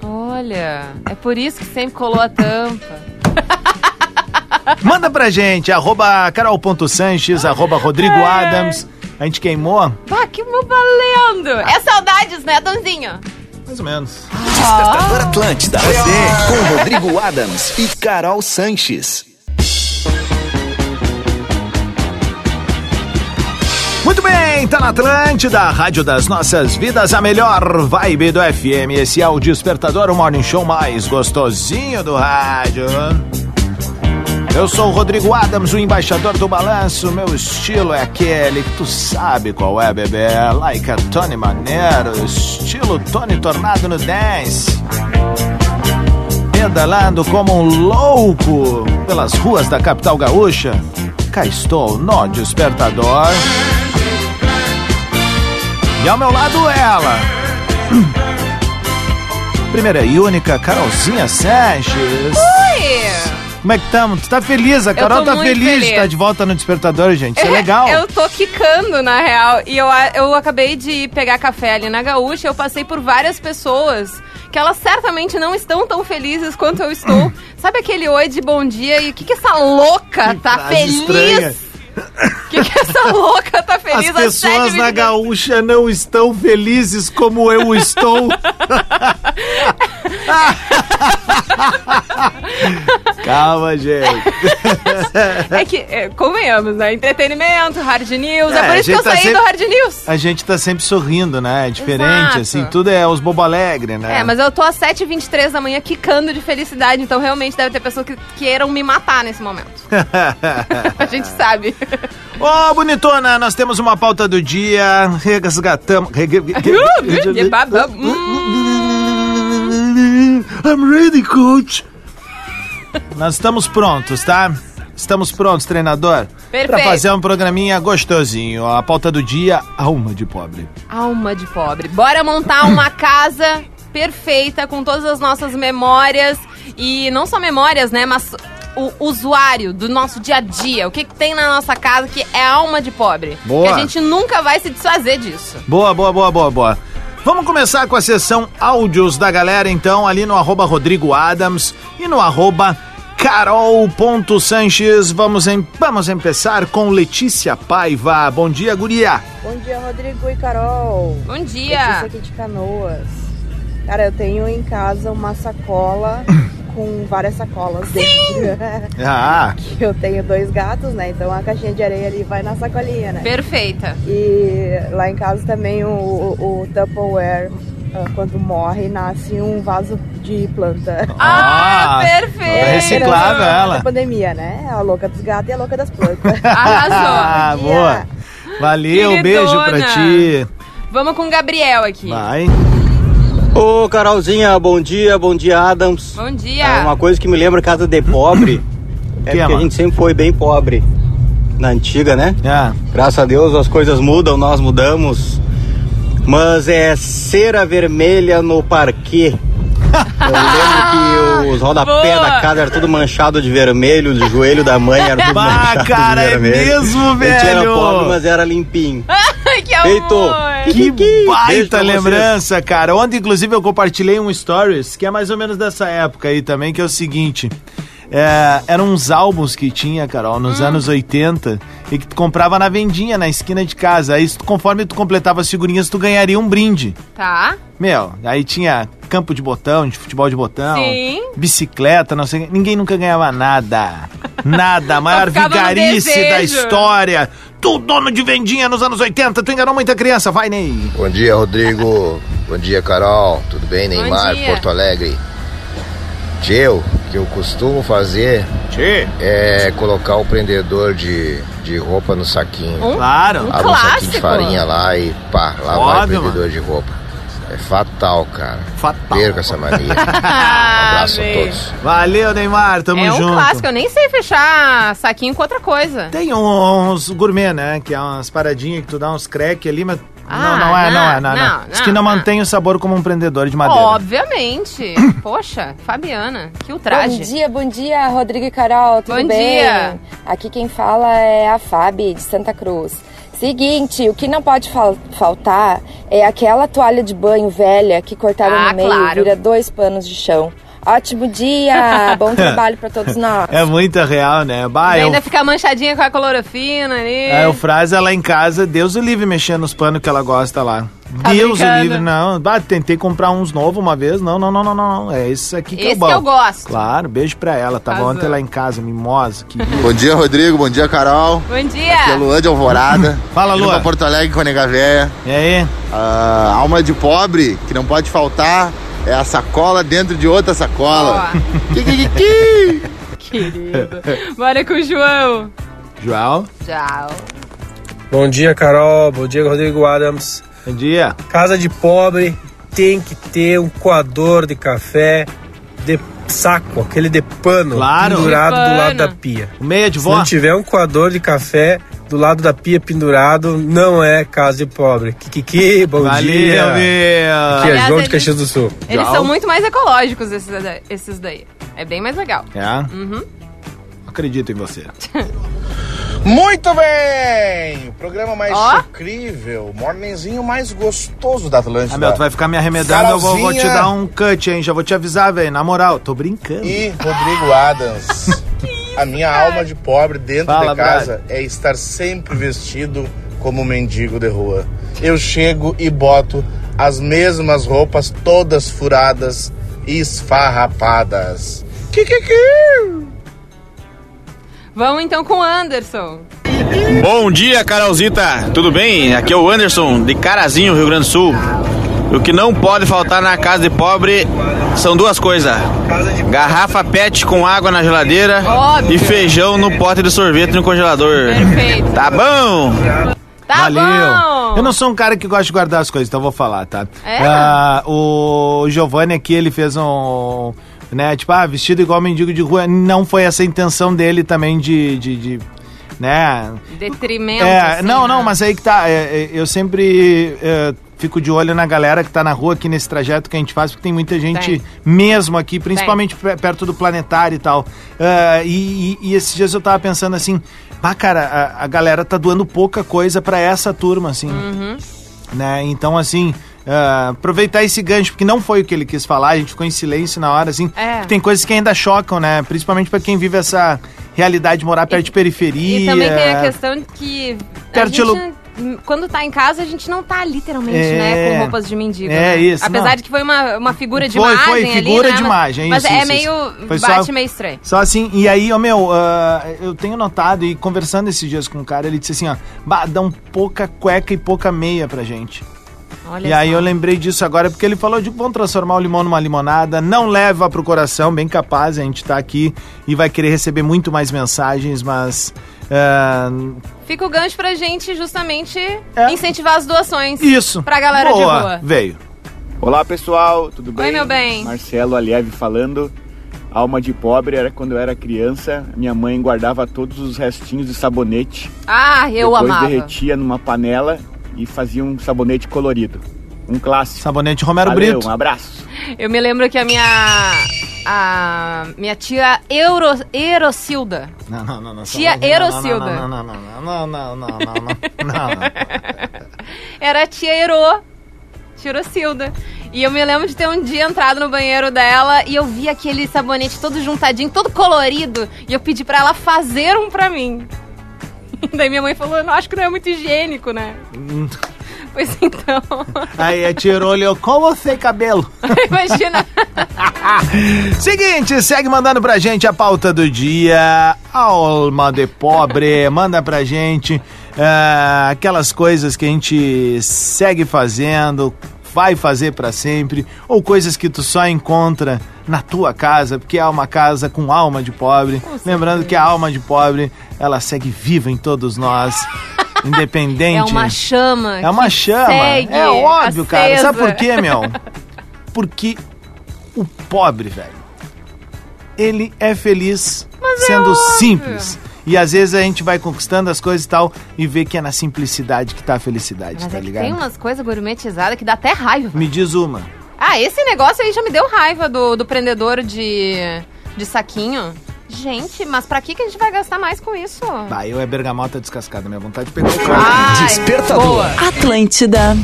[SPEAKER 2] Olha, é por isso que sempre colou a tampa.
[SPEAKER 1] Manda pra gente, arroba carol.sanches, arroba Rodrigo Adams. A gente queimou?
[SPEAKER 2] Bah, que meu valendo! É saudades, né, Donzinho?
[SPEAKER 1] Mais ou menos.
[SPEAKER 3] Despertador Atlântida. Você com Rodrigo Adams e Carol Sanches.
[SPEAKER 1] Muito bem, tá na Atlântida, a rádio das nossas vidas, a melhor vibe do FM. Esse é o Despertador, o morning show mais gostosinho do rádio. Eu sou o Rodrigo Adams, o embaixador do balanço. Meu estilo é aquele que tu sabe qual é, bebê. Like a Tony Maneiro, estilo Tony Tornado no dance. pedalando como um louco pelas ruas da capital gaúcha. Cá estou no despertador. E ao meu lado ela. Primeira e única, Carolzinha Sanches.
[SPEAKER 2] Oi!
[SPEAKER 1] Como é que estamos? Tu tá feliz, a Carol
[SPEAKER 2] tô
[SPEAKER 1] tá
[SPEAKER 2] muito
[SPEAKER 1] feliz de
[SPEAKER 2] feliz.
[SPEAKER 1] estar de volta no despertador, gente. Isso é legal.
[SPEAKER 2] Eu tô quicando, na real. E eu, a- eu acabei de pegar café ali na Gaúcha. Eu passei por várias pessoas que elas certamente não estão tão felizes quanto eu estou. Sabe aquele oi de bom dia? E o que, que essa louca tá
[SPEAKER 1] frase
[SPEAKER 2] feliz?
[SPEAKER 1] estranha.
[SPEAKER 2] O que, que essa louca tá
[SPEAKER 1] As
[SPEAKER 2] feliz? às
[SPEAKER 1] pessoas
[SPEAKER 2] sete
[SPEAKER 1] na
[SPEAKER 2] minutos?
[SPEAKER 1] gaúcha não estão felizes como eu estou. Calma, gente.
[SPEAKER 2] É que, é, convenhamos, né? Entretenimento, hard news.
[SPEAKER 1] É,
[SPEAKER 2] É, por
[SPEAKER 1] a gente
[SPEAKER 2] isso que eu
[SPEAKER 1] tá
[SPEAKER 2] saí
[SPEAKER 1] sempre-
[SPEAKER 2] do hard news.
[SPEAKER 1] A gente tá sempre sorrindo, né? É diferente,
[SPEAKER 2] Exato.
[SPEAKER 1] assim, tudo é os bobo alegre, né?
[SPEAKER 2] É, mas eu tô às 7h23 da manhã quicando de felicidade, então realmente deve ter pessoas que queiram me matar nesse momento. a gente sabe.
[SPEAKER 1] Ô, bonitona, nós temos uma pauta do dia, resgatamos...
[SPEAKER 2] De babá- Hum,
[SPEAKER 1] I'm ready, coach. Nós estamos prontos, tá? Estamos prontos, treinador?
[SPEAKER 2] Perfeito.
[SPEAKER 1] Pra fazer um programinha gostosinho. A pauta do dia, alma de pobre.
[SPEAKER 2] Alma de pobre. Bora montar uma casa perfeita com todas as nossas memórias e não só memórias, né, mas o usuário do nosso dia a dia, o que, que tem na nossa casa que é alma de pobre.
[SPEAKER 1] Boa.
[SPEAKER 2] Que a gente nunca vai se desfazer disso.
[SPEAKER 1] Boa, boa, boa, boa, boa. Vamos começar com a sessão áudios da galera, então, ali no arroba Rodrigo Adams e no arroba carol.sanches. Vamos, em, vamos começar com Letícia Paiva. Bom dia, guria.
[SPEAKER 4] Bom dia, Rodrigo e Carol.
[SPEAKER 2] Bom
[SPEAKER 4] Letícia
[SPEAKER 2] dia.
[SPEAKER 4] aqui de Canoas. Cara, eu tenho em casa uma sacola com várias sacolas dentro.
[SPEAKER 1] Ah,
[SPEAKER 4] eu tenho dois gatos, né? Então a caixinha de areia ali vai na sacolinha, né?
[SPEAKER 2] Perfeita.
[SPEAKER 4] E lá em casa também o, o, o Tupperware, ah, quando morre, nasce um vaso de planta.
[SPEAKER 2] Ah,
[SPEAKER 1] Ah,
[SPEAKER 2] perfeito.
[SPEAKER 1] é reciclável
[SPEAKER 4] Da
[SPEAKER 1] ela.
[SPEAKER 4] pandemia, né? A louca dos gatos e a louca das plantas.
[SPEAKER 2] Arrasou.
[SPEAKER 1] Ah,
[SPEAKER 4] Bom dia.
[SPEAKER 1] boa. Valeu,
[SPEAKER 2] Queridona.
[SPEAKER 1] beijo pra ti.
[SPEAKER 2] Vamos com o Gabriel aqui.
[SPEAKER 1] Vai.
[SPEAKER 5] Ô, Carolzinha, bom dia, bom dia, Adams.
[SPEAKER 2] Bom dia.
[SPEAKER 5] É uma coisa que me lembra casa de pobre é
[SPEAKER 1] Que,
[SPEAKER 5] porque a
[SPEAKER 1] mano?
[SPEAKER 5] gente sempre foi bem pobre. Na antiga, né?
[SPEAKER 1] É.
[SPEAKER 5] Graças a Deus as coisas mudam, nós mudamos. Mas é cera vermelha no parquê. Eu lembro que os rodapés
[SPEAKER 2] Boa.
[SPEAKER 5] da casa eram tudo manchado de vermelho, de joelho da mãe era tudo
[SPEAKER 1] Bah,
[SPEAKER 5] manchado
[SPEAKER 1] cara, é
[SPEAKER 5] de vermelho.
[SPEAKER 1] mesmo,
[SPEAKER 5] A gente era
[SPEAKER 1] velho.
[SPEAKER 5] pobre, mas era limpinho.
[SPEAKER 2] Ai, que amor.
[SPEAKER 5] Feito.
[SPEAKER 1] Que
[SPEAKER 5] Beijo pra
[SPEAKER 1] baita
[SPEAKER 5] vocês.
[SPEAKER 1] lembrança, cara. Ontem, inclusive, eu compartilhei um stories que é mais ou menos dessa época aí também, que é o seguinte. é, eram uns álbuns que tinha, Carol, nos anos 80, e que tu comprava na vendinha, na esquina de casa. Aí, se tu- conforme tu completava as figurinhas, tu ganharia um brinde.
[SPEAKER 2] Tá.
[SPEAKER 1] Meu, aí tinha campo de botão, de futebol de botão,
[SPEAKER 2] Sim.
[SPEAKER 1] bicicleta, não sei. Ninguém nunca ganhava nada. Nada. A maior
[SPEAKER 2] ficava no
[SPEAKER 1] vigarice da
[SPEAKER 2] desejo.
[SPEAKER 1] história. Tu, dono de vendinha nos anos 80, tu enganou muita criança, vai, Ney.
[SPEAKER 6] Bom dia, Rodrigo. Bom dia, Carol. Tudo bem, Neymar,
[SPEAKER 2] dia.
[SPEAKER 6] Porto Alegre? Tchê, o que eu costumo fazer
[SPEAKER 1] Tchê.
[SPEAKER 6] é colocar o prendedor de, de roupa no saquinho.
[SPEAKER 2] Um,
[SPEAKER 1] Claro.
[SPEAKER 2] um
[SPEAKER 6] Abre um saquinho de
[SPEAKER 2] clássico.
[SPEAKER 6] farinha lá e pá, lá vai o
[SPEAKER 1] Óbvio,
[SPEAKER 6] prendedor de roupa. É fatal, cara.
[SPEAKER 1] Fatal.
[SPEAKER 6] Perca essa mania. Um
[SPEAKER 2] Ah,
[SPEAKER 6] Abraço a
[SPEAKER 2] velho.
[SPEAKER 6] todos.
[SPEAKER 1] Valeu, Neymar, tamo
[SPEAKER 2] é um
[SPEAKER 1] junto.
[SPEAKER 2] clássico, eu nem sei fechar saquinho com outra coisa.
[SPEAKER 1] Tem uns gourmet, né? Que é umas paradinhas que tu dá uns crack ali, mas.
[SPEAKER 2] Ah,
[SPEAKER 1] não, não é, não, é, não, é,
[SPEAKER 2] não,
[SPEAKER 1] não.
[SPEAKER 2] não,
[SPEAKER 1] Diz que não
[SPEAKER 2] não.
[SPEAKER 1] mantém o sabor como um prendedor de madeira.
[SPEAKER 2] Obviamente. Poxa, Fabiana, que ultraje.
[SPEAKER 7] Bom dia, bom dia, Rodrigo e Carol, tudo
[SPEAKER 2] Bom
[SPEAKER 7] bem?
[SPEAKER 2] dia.
[SPEAKER 7] Aqui quem fala é a Fabi, de Santa Cruz. Seguinte, o que não pode fal- faltar é aquela toalha de banho velha que cortaram
[SPEAKER 2] Ah,
[SPEAKER 7] no meio
[SPEAKER 2] claro.
[SPEAKER 7] e vira dois panos de chão. Ótimo dia, bom trabalho para todos nós.
[SPEAKER 1] É muito real, né? Bah, eu, Ah,
[SPEAKER 2] E
[SPEAKER 1] é,
[SPEAKER 2] ainda fica manchadinha com a colorofina ali.
[SPEAKER 1] a Eufrásia lá em casa, Deus o livre mexendo nos panos que ela gosta lá.
[SPEAKER 2] Tá
[SPEAKER 1] Deus o
[SPEAKER 2] brincando.
[SPEAKER 1] livre, não. Bah, tentei comprar uns novos uma vez. Não, não, não, não, não. não. É esse aqui que é
[SPEAKER 2] Esse
[SPEAKER 1] o bom.
[SPEAKER 2] que eu gosto.
[SPEAKER 1] Claro, beijo pra ela. Tava
[SPEAKER 2] Arrasou.
[SPEAKER 1] ontem lá em casa, mimosa. Que...
[SPEAKER 8] Bom dia, Rodrigo. Bom dia, Carol.
[SPEAKER 2] Bom dia.
[SPEAKER 8] Aqui é Luan de Alvorada.
[SPEAKER 1] Fala,
[SPEAKER 8] Indo
[SPEAKER 1] Luan.
[SPEAKER 8] pra Porto Alegre com a nega véia.
[SPEAKER 1] E aí?
[SPEAKER 8] A alma de pobre, que não pode faltar, é a sacola dentro de outra sacola.
[SPEAKER 2] Ó,
[SPEAKER 8] Ki, ki, ki, ki.
[SPEAKER 2] querido. Bora com o João.
[SPEAKER 1] João?
[SPEAKER 2] Tchau.
[SPEAKER 9] Bom dia, Carol. Bom dia, Rodrigo Adams.
[SPEAKER 1] Bom dia.
[SPEAKER 9] Casa de pobre tem que ter um coador de café de saco, aquele de pano
[SPEAKER 1] Claro.
[SPEAKER 9] pendurado
[SPEAKER 2] De pano.
[SPEAKER 9] do lado da pia.
[SPEAKER 1] O meia de
[SPEAKER 9] Se não
[SPEAKER 1] vó.
[SPEAKER 9] tiver um coador de café do lado da pia pendurado, não é casa de pobre. Kikiki, bom dia.
[SPEAKER 1] Valeu, meu.
[SPEAKER 9] Aqui é
[SPEAKER 2] Aliás,
[SPEAKER 9] João de
[SPEAKER 2] eles-
[SPEAKER 9] Caxias do Sul.
[SPEAKER 2] Eles
[SPEAKER 1] Tchau.
[SPEAKER 2] são muito mais ecológicos, esses, da- esses daí. É bem mais legal.
[SPEAKER 1] É?
[SPEAKER 2] Uhum.
[SPEAKER 1] Acredito em você.
[SPEAKER 10] Muito bem! O programa mais
[SPEAKER 2] Ó.
[SPEAKER 10] incrível, mornenzinho mais gostoso da Atlântida.
[SPEAKER 1] Ah, meu, tu vai ficar me arremedando, eu vou, vou te
[SPEAKER 10] Carolzinha.
[SPEAKER 1] dar um cut, hein? Já vou te avisar, velho. Na moral, tô brincando.
[SPEAKER 10] E Rodrigo Adams. a minha alma de pobre dentro
[SPEAKER 1] Fala,
[SPEAKER 10] de casa é estar sempre vestido como um mendigo de rua. Eu chego e boto as mesmas roupas todas furadas e esfarrapadas. Que que que?
[SPEAKER 2] Vamos então com o Anderson.
[SPEAKER 11] Bom dia, Carolzita. Tudo bem? Aqui é o Anderson, de Carazinho, Rio Grande do Sul. O que não pode faltar na casa de pobre são duas coisas: garrafa PET com água na geladeira
[SPEAKER 2] Óbvio.
[SPEAKER 11] e feijão no pote de sorvete no congelador.
[SPEAKER 2] Perfeito.
[SPEAKER 11] Tá bom?
[SPEAKER 2] Tá
[SPEAKER 1] Valeu!
[SPEAKER 2] bom.
[SPEAKER 1] Eu não sou um cara que gosta de guardar as coisas, então eu vou falar, tá?
[SPEAKER 2] É?
[SPEAKER 1] Ah, o Giovanni aqui, ele fez um. Né, tipo, ah, vestido igual mendigo de rua. Não foi essa a intenção dele também de. de, de, né?
[SPEAKER 2] Detrimento.
[SPEAKER 1] É,
[SPEAKER 2] assim,
[SPEAKER 1] não,
[SPEAKER 2] né?
[SPEAKER 1] não, mas aí que tá. é, é, eu sempre é, fico de olho na galera que tá na rua aqui nesse trajeto que a gente faz, porque tem muita gente
[SPEAKER 2] Tem.
[SPEAKER 1] mesmo aqui, principalmente pe- perto do planetário e tal. Ah, e, e- e esses dias eu tava pensando assim, pá, cara, a, a galera tá doando pouca coisa pra essa turma, assim.
[SPEAKER 2] Uhum.
[SPEAKER 1] Né? Então, assim. ah, aproveitar esse gancho, porque não foi o que ele quis falar, a gente ficou em silêncio na hora, assim.
[SPEAKER 2] É.
[SPEAKER 1] porque Tem coisas que ainda chocam, né? Principalmente pra quem vive essa realidade de morar perto de periferia.
[SPEAKER 2] E também tem
[SPEAKER 1] é,
[SPEAKER 2] a questão de que. a
[SPEAKER 1] Perto de
[SPEAKER 2] gente,
[SPEAKER 1] lu-
[SPEAKER 2] Quando tá em casa, a gente não tá literalmente,
[SPEAKER 1] É.
[SPEAKER 2] né, com roupas de mendigo.
[SPEAKER 1] É
[SPEAKER 2] né?
[SPEAKER 1] isso,
[SPEAKER 2] Apesar
[SPEAKER 1] não.
[SPEAKER 2] de que foi uma, uma figura de
[SPEAKER 1] Foi,
[SPEAKER 2] imagem
[SPEAKER 1] foi,
[SPEAKER 2] ali,
[SPEAKER 1] figura
[SPEAKER 2] né,
[SPEAKER 1] de
[SPEAKER 2] mas-
[SPEAKER 1] imagem,
[SPEAKER 2] Mas
[SPEAKER 1] isso,
[SPEAKER 2] é
[SPEAKER 1] isso,
[SPEAKER 2] meio.
[SPEAKER 1] isso. Foi só-
[SPEAKER 2] bate meio estranho.
[SPEAKER 1] Só assim, e aí, ô meu, ah, eu tenho notado e conversando esses dias com um cara, ele disse assim, ó, "Bah, dão pouca cueca e pouca meia pra gente.
[SPEAKER 2] Olha
[SPEAKER 1] e aí
[SPEAKER 2] só.
[SPEAKER 1] eu lembrei disso agora, porque ele falou de vão transformar o limão numa limonada, não leva pro coração, bem capaz, a gente tá aqui e vai querer receber muito mais mensagens, mas. ah,
[SPEAKER 2] Fica o gancho pra gente justamente
[SPEAKER 1] É.
[SPEAKER 2] incentivar as doações.
[SPEAKER 1] isso.
[SPEAKER 2] Pra galera de
[SPEAKER 1] Boa,
[SPEAKER 2] rua.
[SPEAKER 1] Veio.
[SPEAKER 12] Olá pessoal, tudo bem?
[SPEAKER 2] Oi, meu bem.
[SPEAKER 12] Marcelo Alieve falando. Alma de pobre era quando eu era criança, minha mãe guardava todos os restinhos de sabonete.
[SPEAKER 2] Ah, eu
[SPEAKER 12] Depois
[SPEAKER 2] amava.
[SPEAKER 12] derretia numa panela e fazia um sabonete colorido. Um clássico.
[SPEAKER 1] Sabonete Romero
[SPEAKER 12] Valeu,
[SPEAKER 1] Brito.
[SPEAKER 12] Um abraço.
[SPEAKER 2] Eu me lembro que a minha. A minha tia Euro, Erocilda.
[SPEAKER 1] Não, não, não, não.
[SPEAKER 2] Tia
[SPEAKER 1] não, não, não,
[SPEAKER 2] Erocilda.
[SPEAKER 1] Não, não, não, não, não, não, não, não, não, não, não, não.
[SPEAKER 2] Era a tia Herô. Tirocilda. né? E eu me lembro de ter um dia entrado no banheiro dela e eu vi aquele sabonete todo juntadinho, todo colorido. E eu pedi pra ela fazer um pra mim. Daí minha mãe falou: não, acho que não é muito higiênico, né?
[SPEAKER 1] Hum.
[SPEAKER 2] Pois então,
[SPEAKER 1] Aí a tirolho, como sem cabelo?
[SPEAKER 2] imagina.
[SPEAKER 1] Seguinte, segue mandando pra gente a pauta do dia. Alma de pobre, manda pra gente ah, aquelas coisas que a gente segue fazendo, vai fazer pra sempre, ou coisas que tu só encontra na tua casa, porque é uma casa com alma de pobre. Lembrando que a alma de pobre, ela segue viva em todos nós. Independente.
[SPEAKER 2] É uma chama.
[SPEAKER 1] É uma
[SPEAKER 2] que
[SPEAKER 1] chama.
[SPEAKER 2] segue
[SPEAKER 1] É óbvio, cara. Sabe
[SPEAKER 2] acesa.
[SPEAKER 1] por quê, meu? Porque o pobre, velho, ele é feliz sendo simples. E às vezes a gente vai conquistando as coisas e tal e vê que é na simplicidade que tá a felicidade, tá ligado?
[SPEAKER 2] é Tem umas coisas gourmetizadas que dá até raiva.
[SPEAKER 1] Me diz uma.
[SPEAKER 2] Ah, esse negócio aí já me deu raiva do, do prendedor de, de saquinho. Gente, mas pra que, que a gente vai gastar mais com isso?
[SPEAKER 1] Bah, eu é bergamota descascada, minha vontade de pegar o copo.
[SPEAKER 2] Ai, Despertador. boa.
[SPEAKER 1] Atlântida.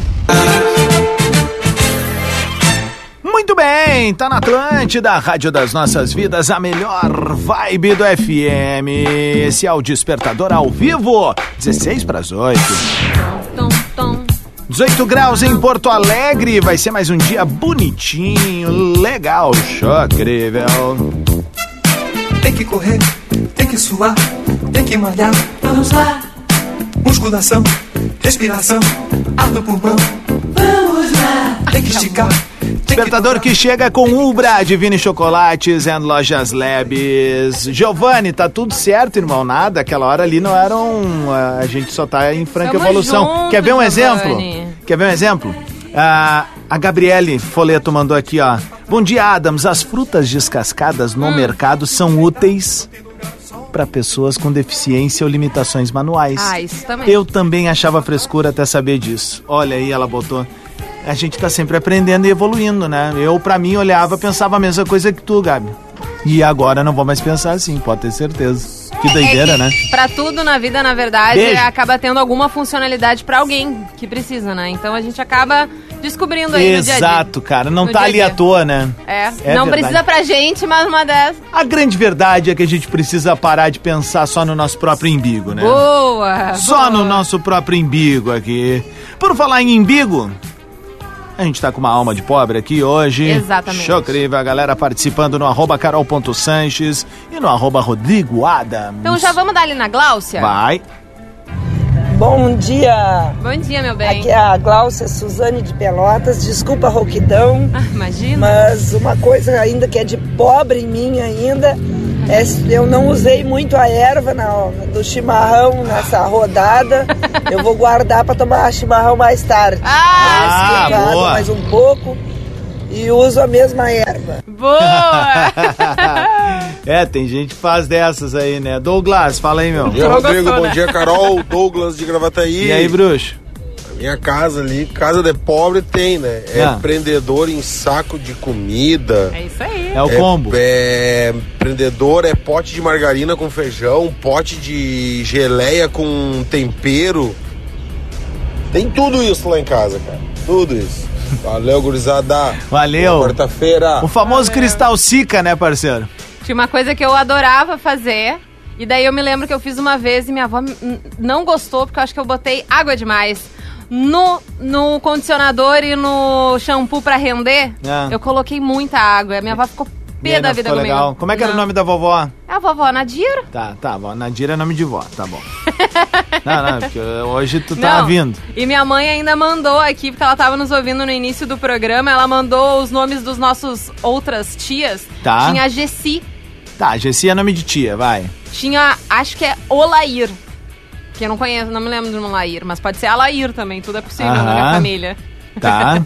[SPEAKER 1] Muito bem, tá na Atlântida, a Rádio das Nossas Vidas, a melhor vibe do FM. Esse é o Despertador ao vivo, 16 para as 8. 18 graus em Porto Alegre, vai ser mais um dia bonitinho, legal, chocrível.
[SPEAKER 13] Tem que correr, tem que suar, tem que malhar. Vamos lá. Musculação, respiração, ar no pulmão. Vamos lá. Tem que esticar.
[SPEAKER 1] Despertador que chega com Ubra, Divine Chocolates and Lojas Labs. Giovanni, tá tudo certo, irmão? Nada, aquela hora ali não era um... A gente só tá em franca
[SPEAKER 14] Tamo
[SPEAKER 1] evolução.
[SPEAKER 14] junto,
[SPEAKER 1] Quer ver um exemplo?
[SPEAKER 14] Giovanni.
[SPEAKER 1] Quer ver um exemplo? Ah, a Gabriele Foleto mandou aqui, ó. Bom dia, Adams. As frutas descascadas no mercado são úteis para pessoas com deficiência ou limitações manuais.
[SPEAKER 2] Ah, isso também.
[SPEAKER 1] Eu também achava frescura até saber disso. Olha aí, ela botou. A gente tá sempre aprendendo e evoluindo, né? Eu, pra mim, olhava, pensava a mesma coisa que tu, Gabi. E agora não vou mais pensar assim, pode ter certeza.
[SPEAKER 2] É,
[SPEAKER 1] Que doideira, né?
[SPEAKER 2] Pra tudo na vida, na verdade,
[SPEAKER 1] Beijo.
[SPEAKER 2] acaba tendo alguma funcionalidade pra alguém que precisa, né? Então a gente acaba descobrindo aí no dia a dia.
[SPEAKER 1] Exato, cara. Não
[SPEAKER 2] No
[SPEAKER 1] tá
[SPEAKER 2] dia a
[SPEAKER 1] ali à
[SPEAKER 2] dia.
[SPEAKER 1] toa, né?
[SPEAKER 2] É,
[SPEAKER 1] É verdade. Tá.
[SPEAKER 2] não precisa pra gente, mas uma dessas.
[SPEAKER 1] A grande verdade é que a gente precisa parar de pensar só no nosso próprio umbigo, né?
[SPEAKER 2] Boa!
[SPEAKER 1] Só no nosso próprio embigo aqui. Por falar em embigo, a gente tá com uma alma de pobre aqui hoje.
[SPEAKER 2] Exatamente.
[SPEAKER 1] Chocrível, a galera participando no arroba carol.sanches e no arroba Rodrigo Adams.
[SPEAKER 2] Então já vamos dar ali na Gláucia?
[SPEAKER 1] Vai.
[SPEAKER 15] Bom dia!
[SPEAKER 2] Bom dia, meu bem.
[SPEAKER 15] Aqui é a Gláucia Suzane de Pelotas. Desculpa a rouquidão.
[SPEAKER 2] Ah, imagina.
[SPEAKER 15] Mas uma coisa ainda que é de pobre em mim ainda é se eu não usei muito a erva na- do chimarrão nessa rodada. eu vou guardar para tomar chimarrão mais tarde.
[SPEAKER 1] Ah,
[SPEAKER 15] Esquentado
[SPEAKER 1] boa.
[SPEAKER 15] mais um pouco e uso a mesma erva.
[SPEAKER 2] Boa!
[SPEAKER 1] é, tem gente que faz dessas aí, né? Douglas, fala aí, meu.
[SPEAKER 16] Bom dia, Rodrigo. Bom dia, Carol. Douglas de Gravataí.
[SPEAKER 1] E aí, bruxo?
[SPEAKER 16] Minha casa ali, casa de pobre tem, né? É
[SPEAKER 1] Ah.
[SPEAKER 16] prendedor em saco de comida.
[SPEAKER 2] É isso aí.
[SPEAKER 1] É o combo.
[SPEAKER 16] É, prendedor, é pote de margarina com feijão, pote de geleia com tempero. Tem tudo isso lá em casa, cara. Tudo isso. Valeu, gurizada.
[SPEAKER 1] Valeu.
[SPEAKER 16] Boa Quarta-feira.
[SPEAKER 1] O famoso
[SPEAKER 2] É.
[SPEAKER 1] cristal Sica, né, parceiro?
[SPEAKER 2] Tinha uma coisa que eu adorava fazer. E daí eu me lembro que eu fiz uma vez e minha avó hum, não gostou, porque eu acho que eu botei água demais. No, no condicionador e no shampoo pra render,
[SPEAKER 1] Ah.
[SPEAKER 2] eu coloquei muita água. Minha avó ficou
[SPEAKER 1] E
[SPEAKER 2] pé
[SPEAKER 1] aí,
[SPEAKER 2] da
[SPEAKER 1] não
[SPEAKER 2] vida
[SPEAKER 1] ficou
[SPEAKER 2] comigo. É
[SPEAKER 1] legal. Como é que era o nome da vovó?
[SPEAKER 2] A vovó Nadir?
[SPEAKER 1] Tá, tá, vó. Nadira é nome de vó, tá bom. não, não, porque hoje tu tá
[SPEAKER 2] Não.
[SPEAKER 1] vindo.
[SPEAKER 2] E minha mãe ainda mandou aqui, porque ela tava nos ouvindo no início do programa, ela mandou os nomes dos nossos outras tias.
[SPEAKER 1] Tá.
[SPEAKER 2] Tinha a Gessi,
[SPEAKER 1] Tá, Gessi é nome de tia, vai.
[SPEAKER 2] tinha, acho que é Olair. Que eu não um conheço, não me lembro do Olair, mas pode ser Alair também, tudo é possível na
[SPEAKER 1] Aham.
[SPEAKER 2] minha família.
[SPEAKER 1] Tá.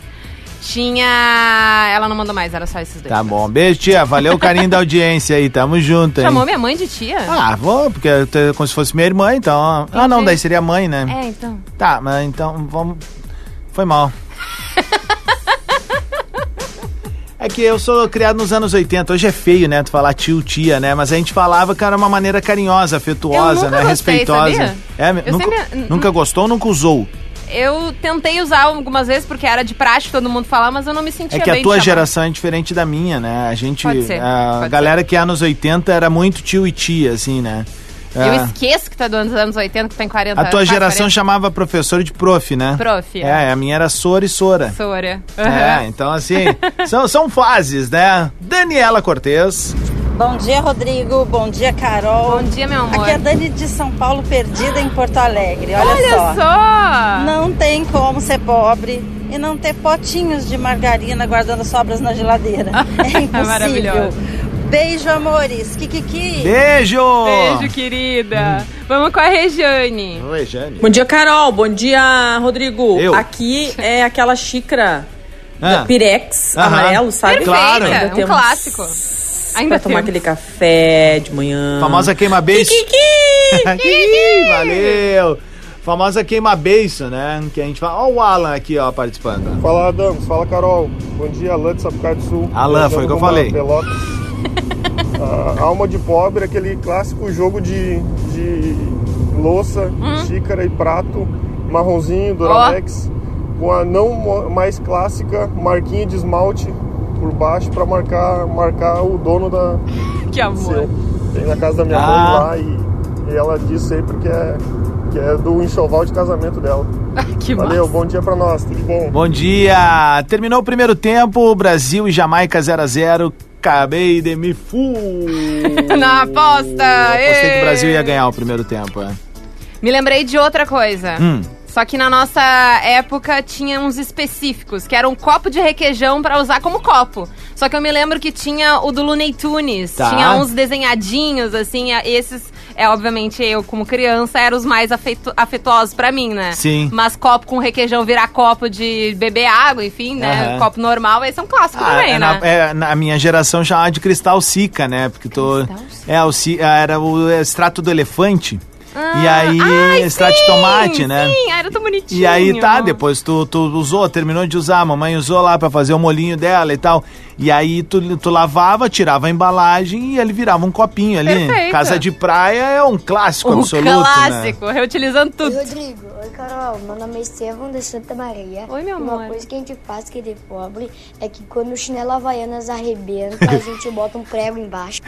[SPEAKER 2] Tinha. Ela não mandou mais, era só esses dois.
[SPEAKER 1] Tá bom. Beijo, tia. Valeu o carinho da audiência aí. Tamo junto, hein?
[SPEAKER 2] Chamou minha mãe de tia?
[SPEAKER 1] Ah, vou, porque eu tô como se fosse minha irmã, então. Ah, não,
[SPEAKER 2] Entendi.
[SPEAKER 1] daí seria mãe, né?
[SPEAKER 2] É, então.
[SPEAKER 1] Tá, mas então vamos. Foi mal. É que eu sou criado nos anos 80. Hoje é feio, né? Tu falar tio, tia, né? Mas a gente falava que era uma maneira carinhosa, afetuosa,
[SPEAKER 2] Eu nunca
[SPEAKER 1] né?
[SPEAKER 2] gostei,
[SPEAKER 1] Respeitosa.
[SPEAKER 2] sabia?
[SPEAKER 1] É,
[SPEAKER 2] Eu
[SPEAKER 1] nunca,
[SPEAKER 2] sempre-
[SPEAKER 1] nunca gostou, nunca usou.
[SPEAKER 2] Eu tentei usar algumas vezes, porque era de prática todo mundo falar, mas eu não me sentia
[SPEAKER 1] É que
[SPEAKER 2] bem
[SPEAKER 1] a tua
[SPEAKER 2] de chamar.
[SPEAKER 1] geração é diferente da minha, né? A gente.
[SPEAKER 2] Pode ser,
[SPEAKER 1] A
[SPEAKER 2] pode
[SPEAKER 1] galera que é anos 80 era muito tio e tia, assim, né? É.
[SPEAKER 2] Eu esqueço que tá dos anos 80, que tem 40
[SPEAKER 1] A tua
[SPEAKER 2] quase
[SPEAKER 1] geração
[SPEAKER 2] 40.
[SPEAKER 1] chamava professor de prof, né?
[SPEAKER 2] Prof, é.
[SPEAKER 1] É, a minha era sora e sora.
[SPEAKER 2] Sora.
[SPEAKER 1] É, então assim, são, são fases, né? Daniela Cortez.
[SPEAKER 17] Bom dia, Rodrigo. Bom dia, Carol. Bom dia, meu amor. Aqui é a Dani de São Paulo, perdida em Porto Alegre. Olha,
[SPEAKER 2] Olha
[SPEAKER 17] só.
[SPEAKER 2] só!
[SPEAKER 17] Não tem como ser pobre e não ter potinhos de margarina guardando sobras na geladeira. É impossível.
[SPEAKER 2] Maravilhosa.
[SPEAKER 17] Beijo, amores. Kikiki.
[SPEAKER 1] Beijo!
[SPEAKER 2] Beijo, querida.
[SPEAKER 1] Hum.
[SPEAKER 2] Vamos com a Regiane.
[SPEAKER 1] Oi, Jane.
[SPEAKER 4] Bom dia, Carol. Bom dia, Rodrigo.
[SPEAKER 2] Eu.
[SPEAKER 4] Aqui é aquela xícara
[SPEAKER 2] Ah.
[SPEAKER 4] da Pirex
[SPEAKER 2] Aham.
[SPEAKER 4] amarelo, sabe?
[SPEAKER 2] Perfeita, Claro. um
[SPEAKER 4] temos
[SPEAKER 2] clássico. Ainda
[SPEAKER 4] pra tomar
[SPEAKER 2] temos.
[SPEAKER 4] aquele café de manhã.
[SPEAKER 1] Famosa queima beijo. Ih, Valeu! Famosa queima beijo, né? Que a gente fala. Ó, o Alan aqui, ó, participando.
[SPEAKER 5] Fala, Adams. Fala, Carol. Bom dia, Alan de Sapucaí do Sul.
[SPEAKER 1] Alan, foi o que eu
[SPEAKER 5] Viajando
[SPEAKER 1] falei.
[SPEAKER 5] pra Pelotas. Ah, alma de pobre, aquele clássico jogo de, de louça, xícara e prato, marronzinho, Doralex, com a não mo- mais clássica marquinha de esmalte por baixo para marcar, marcar o dono da...
[SPEAKER 2] Que amor.
[SPEAKER 5] Tem na casa da minha
[SPEAKER 1] Ah.
[SPEAKER 5] mãe lá e, e ela diz sempre que é, que é do enxoval de casamento dela.
[SPEAKER 2] que
[SPEAKER 5] Valeu, bom dia para nós, tudo bom?
[SPEAKER 1] Bom dia! Terminou o primeiro tempo, Brasil e Jamaica 0 a 0 Acabei de me fu.
[SPEAKER 2] Na aposta.
[SPEAKER 1] Pensei que
[SPEAKER 2] ê.
[SPEAKER 1] o Brasil ia ganhar o primeiro tempo, né?
[SPEAKER 2] Me lembrei de outra coisa.
[SPEAKER 1] Hum.
[SPEAKER 2] Só que na nossa época tinha uns específicos, que era um copo de requeijão pra usar como copo. Só que eu me lembro que tinha o do Looney Tunes,
[SPEAKER 18] Tá.
[SPEAKER 2] tinha uns desenhadinhos, assim, a- esses, é obviamente eu como criança, eram os mais afetu- afetuosos pra mim, né?
[SPEAKER 18] Sim.
[SPEAKER 2] Mas copo com requeijão virar copo de beber água, enfim, né?
[SPEAKER 1] Aham.
[SPEAKER 2] Copo normal, esse é um clássico
[SPEAKER 1] Ah,
[SPEAKER 2] também,
[SPEAKER 1] é
[SPEAKER 2] né?
[SPEAKER 1] na, é, na minha geração chamava de cristal sica, né? Porque tô. É, o, si- ah, era o extrato do elefante.
[SPEAKER 2] Ah,
[SPEAKER 1] é, e aí,
[SPEAKER 2] ai,
[SPEAKER 1] extrato
[SPEAKER 2] sim,
[SPEAKER 1] de tomate, né?
[SPEAKER 2] Sim, era tão bonitinho.
[SPEAKER 1] E aí tá, depois tu, tu usou, terminou de usar, a mamãe usou lá pra fazer o molinho dela e tal. E aí tu, tu lavava, tirava a embalagem e ele virava um copinho ali.
[SPEAKER 2] Perfeito.
[SPEAKER 1] Casa de praia é um clássico
[SPEAKER 2] O
[SPEAKER 1] absoluto, né?
[SPEAKER 2] clássico, reutilizando tudo.
[SPEAKER 19] Oi, Rodrigo. Oi, Carol. Meu nome é Estevão de Santa Maria. Oi, meu amor. Uma coisa que a gente faz que é de pobre é que quando o chinelo Havaianas arrebenta, a gente bota um prego embaixo.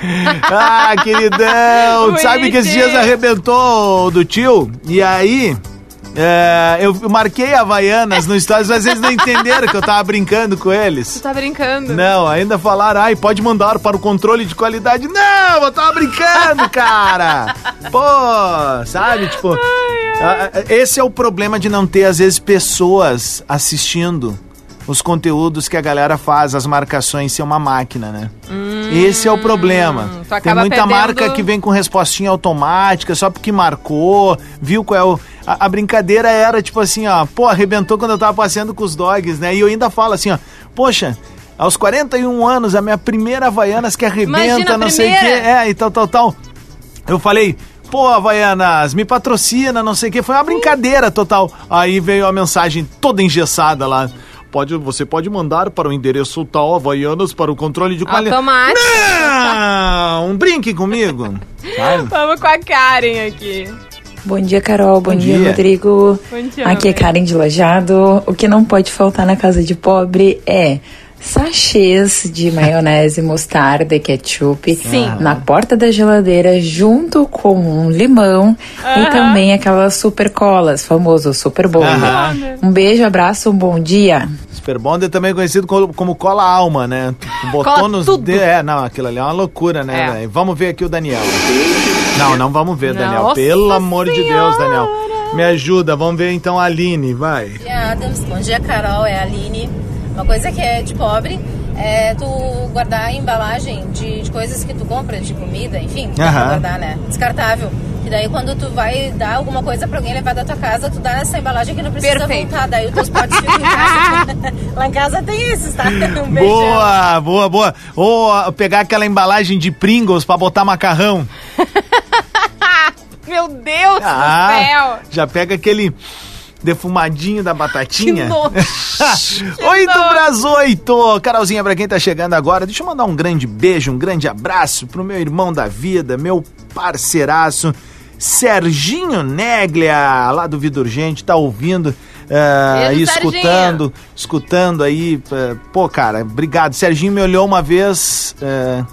[SPEAKER 1] Ah, queridão! Sabe que esses dias
[SPEAKER 19] Bonitinho.
[SPEAKER 1] arrebentou o do tio? E aí. é, eu marquei a Havaianas no stories, mas eles não entenderam que eu tava brincando com eles.
[SPEAKER 2] Tu tá brincando.
[SPEAKER 1] Não, ainda falaram, ai, pode mandar para o controle de qualidade. Não, eu tava brincando, cara! Pô, sabe, tipo. a- a- Esse é o problema de não ter, às vezes, pessoas assistindo os conteúdos que a galera faz, as marcações ser uma máquina, né? Esse é o problema.
[SPEAKER 2] Hum, tu acaba
[SPEAKER 1] Tem muita
[SPEAKER 2] perdendo-
[SPEAKER 1] marca que vem com respostinha automática, só porque marcou, viu qual é o. A, a brincadeira era tipo assim, ó, pô, arrebentou quando eu tava passeando com os dogs, né? E eu ainda falo assim, ó, poxa. Aos 41 anos, a minha primeira Havaianas que arrebenta,
[SPEAKER 2] Imagina a
[SPEAKER 1] não sei o quê.
[SPEAKER 2] primeira.
[SPEAKER 1] É, e tal, tal, tal. Eu falei, pô, Havaianas, me patrocina, não sei o quê. Foi uma brincadeira total. Aí veio a mensagem toda engessada lá. Pode, você pode mandar para o endereço tal Havaianas para o controle de qualidade.
[SPEAKER 2] Automático.
[SPEAKER 1] Né? Não! Brinque Ah, um comigo. sabe?
[SPEAKER 2] Vamos com a Karen aqui.
[SPEAKER 20] Bom dia, Carol. Bom,
[SPEAKER 1] Bom
[SPEAKER 20] dia,
[SPEAKER 1] dia.
[SPEAKER 20] Rodrigo.
[SPEAKER 2] Bom dia,
[SPEAKER 20] Aqui é
[SPEAKER 2] meu bem.
[SPEAKER 20] Karen de Lajado. O que não pode faltar na casa de pobre é sachês de maionese, mostarda e ketchup
[SPEAKER 21] Sim.
[SPEAKER 20] na porta da geladeira junto com um limão e
[SPEAKER 21] Aham.
[SPEAKER 20] também aquelas super colas, famoso super bolo.
[SPEAKER 1] Aham.
[SPEAKER 20] Um beijo, abraço, um bom dia.
[SPEAKER 1] Super Bonder também é conhecido como, como cola alma, né? Tu Botou
[SPEAKER 20] Cola
[SPEAKER 1] nos
[SPEAKER 20] tudo.
[SPEAKER 1] dedos. É, não, aquilo ali é uma loucura, né,
[SPEAKER 20] É.
[SPEAKER 1] velho? Vamos ver aqui o Daniel. Não, não vamos ver, Daniel.
[SPEAKER 21] Nossa
[SPEAKER 1] Pelo amor de Deus, Daniel. Me ajuda, vamos ver então a Aline, vai.
[SPEAKER 21] Bom dia, Adams. Bom dia, Carol. É a Aline. Uma coisa que é de pobre é tu guardar a embalagem de, de coisas que tu compra, de comida, enfim, tu
[SPEAKER 1] Aham.
[SPEAKER 21] guardar, né? Descartável.
[SPEAKER 22] Que daí quando tu vai dar alguma coisa pra alguém levar da tua casa, tu dá nessa embalagem que não precisa voltar. Daí os teus potes ficam em casa. Lá em casa tem esses, tá? Um beijão.
[SPEAKER 1] Boa, boa, boa. Ou ah, pegar aquela embalagem de Pringles pra botar macarrão.
[SPEAKER 2] Meu Deus
[SPEAKER 1] Ah,
[SPEAKER 2] do céu!
[SPEAKER 1] já pega aquele defumadinho da batatinha.
[SPEAKER 2] Que nojo.
[SPEAKER 1] 8 pras 8. Carolzinha, pra quem tá chegando agora, deixa eu mandar um grande beijo, um grande abraço pro meu irmão da vida, meu parceiraço, Serginho Neglia, lá do Vida Urgente, tá ouvindo. ah,
[SPEAKER 2] Beijo,
[SPEAKER 1] e
[SPEAKER 2] Serginho.
[SPEAKER 1] escutando, escutando aí. ah, Pô, cara, obrigado. Serginho me olhou uma vez. ah,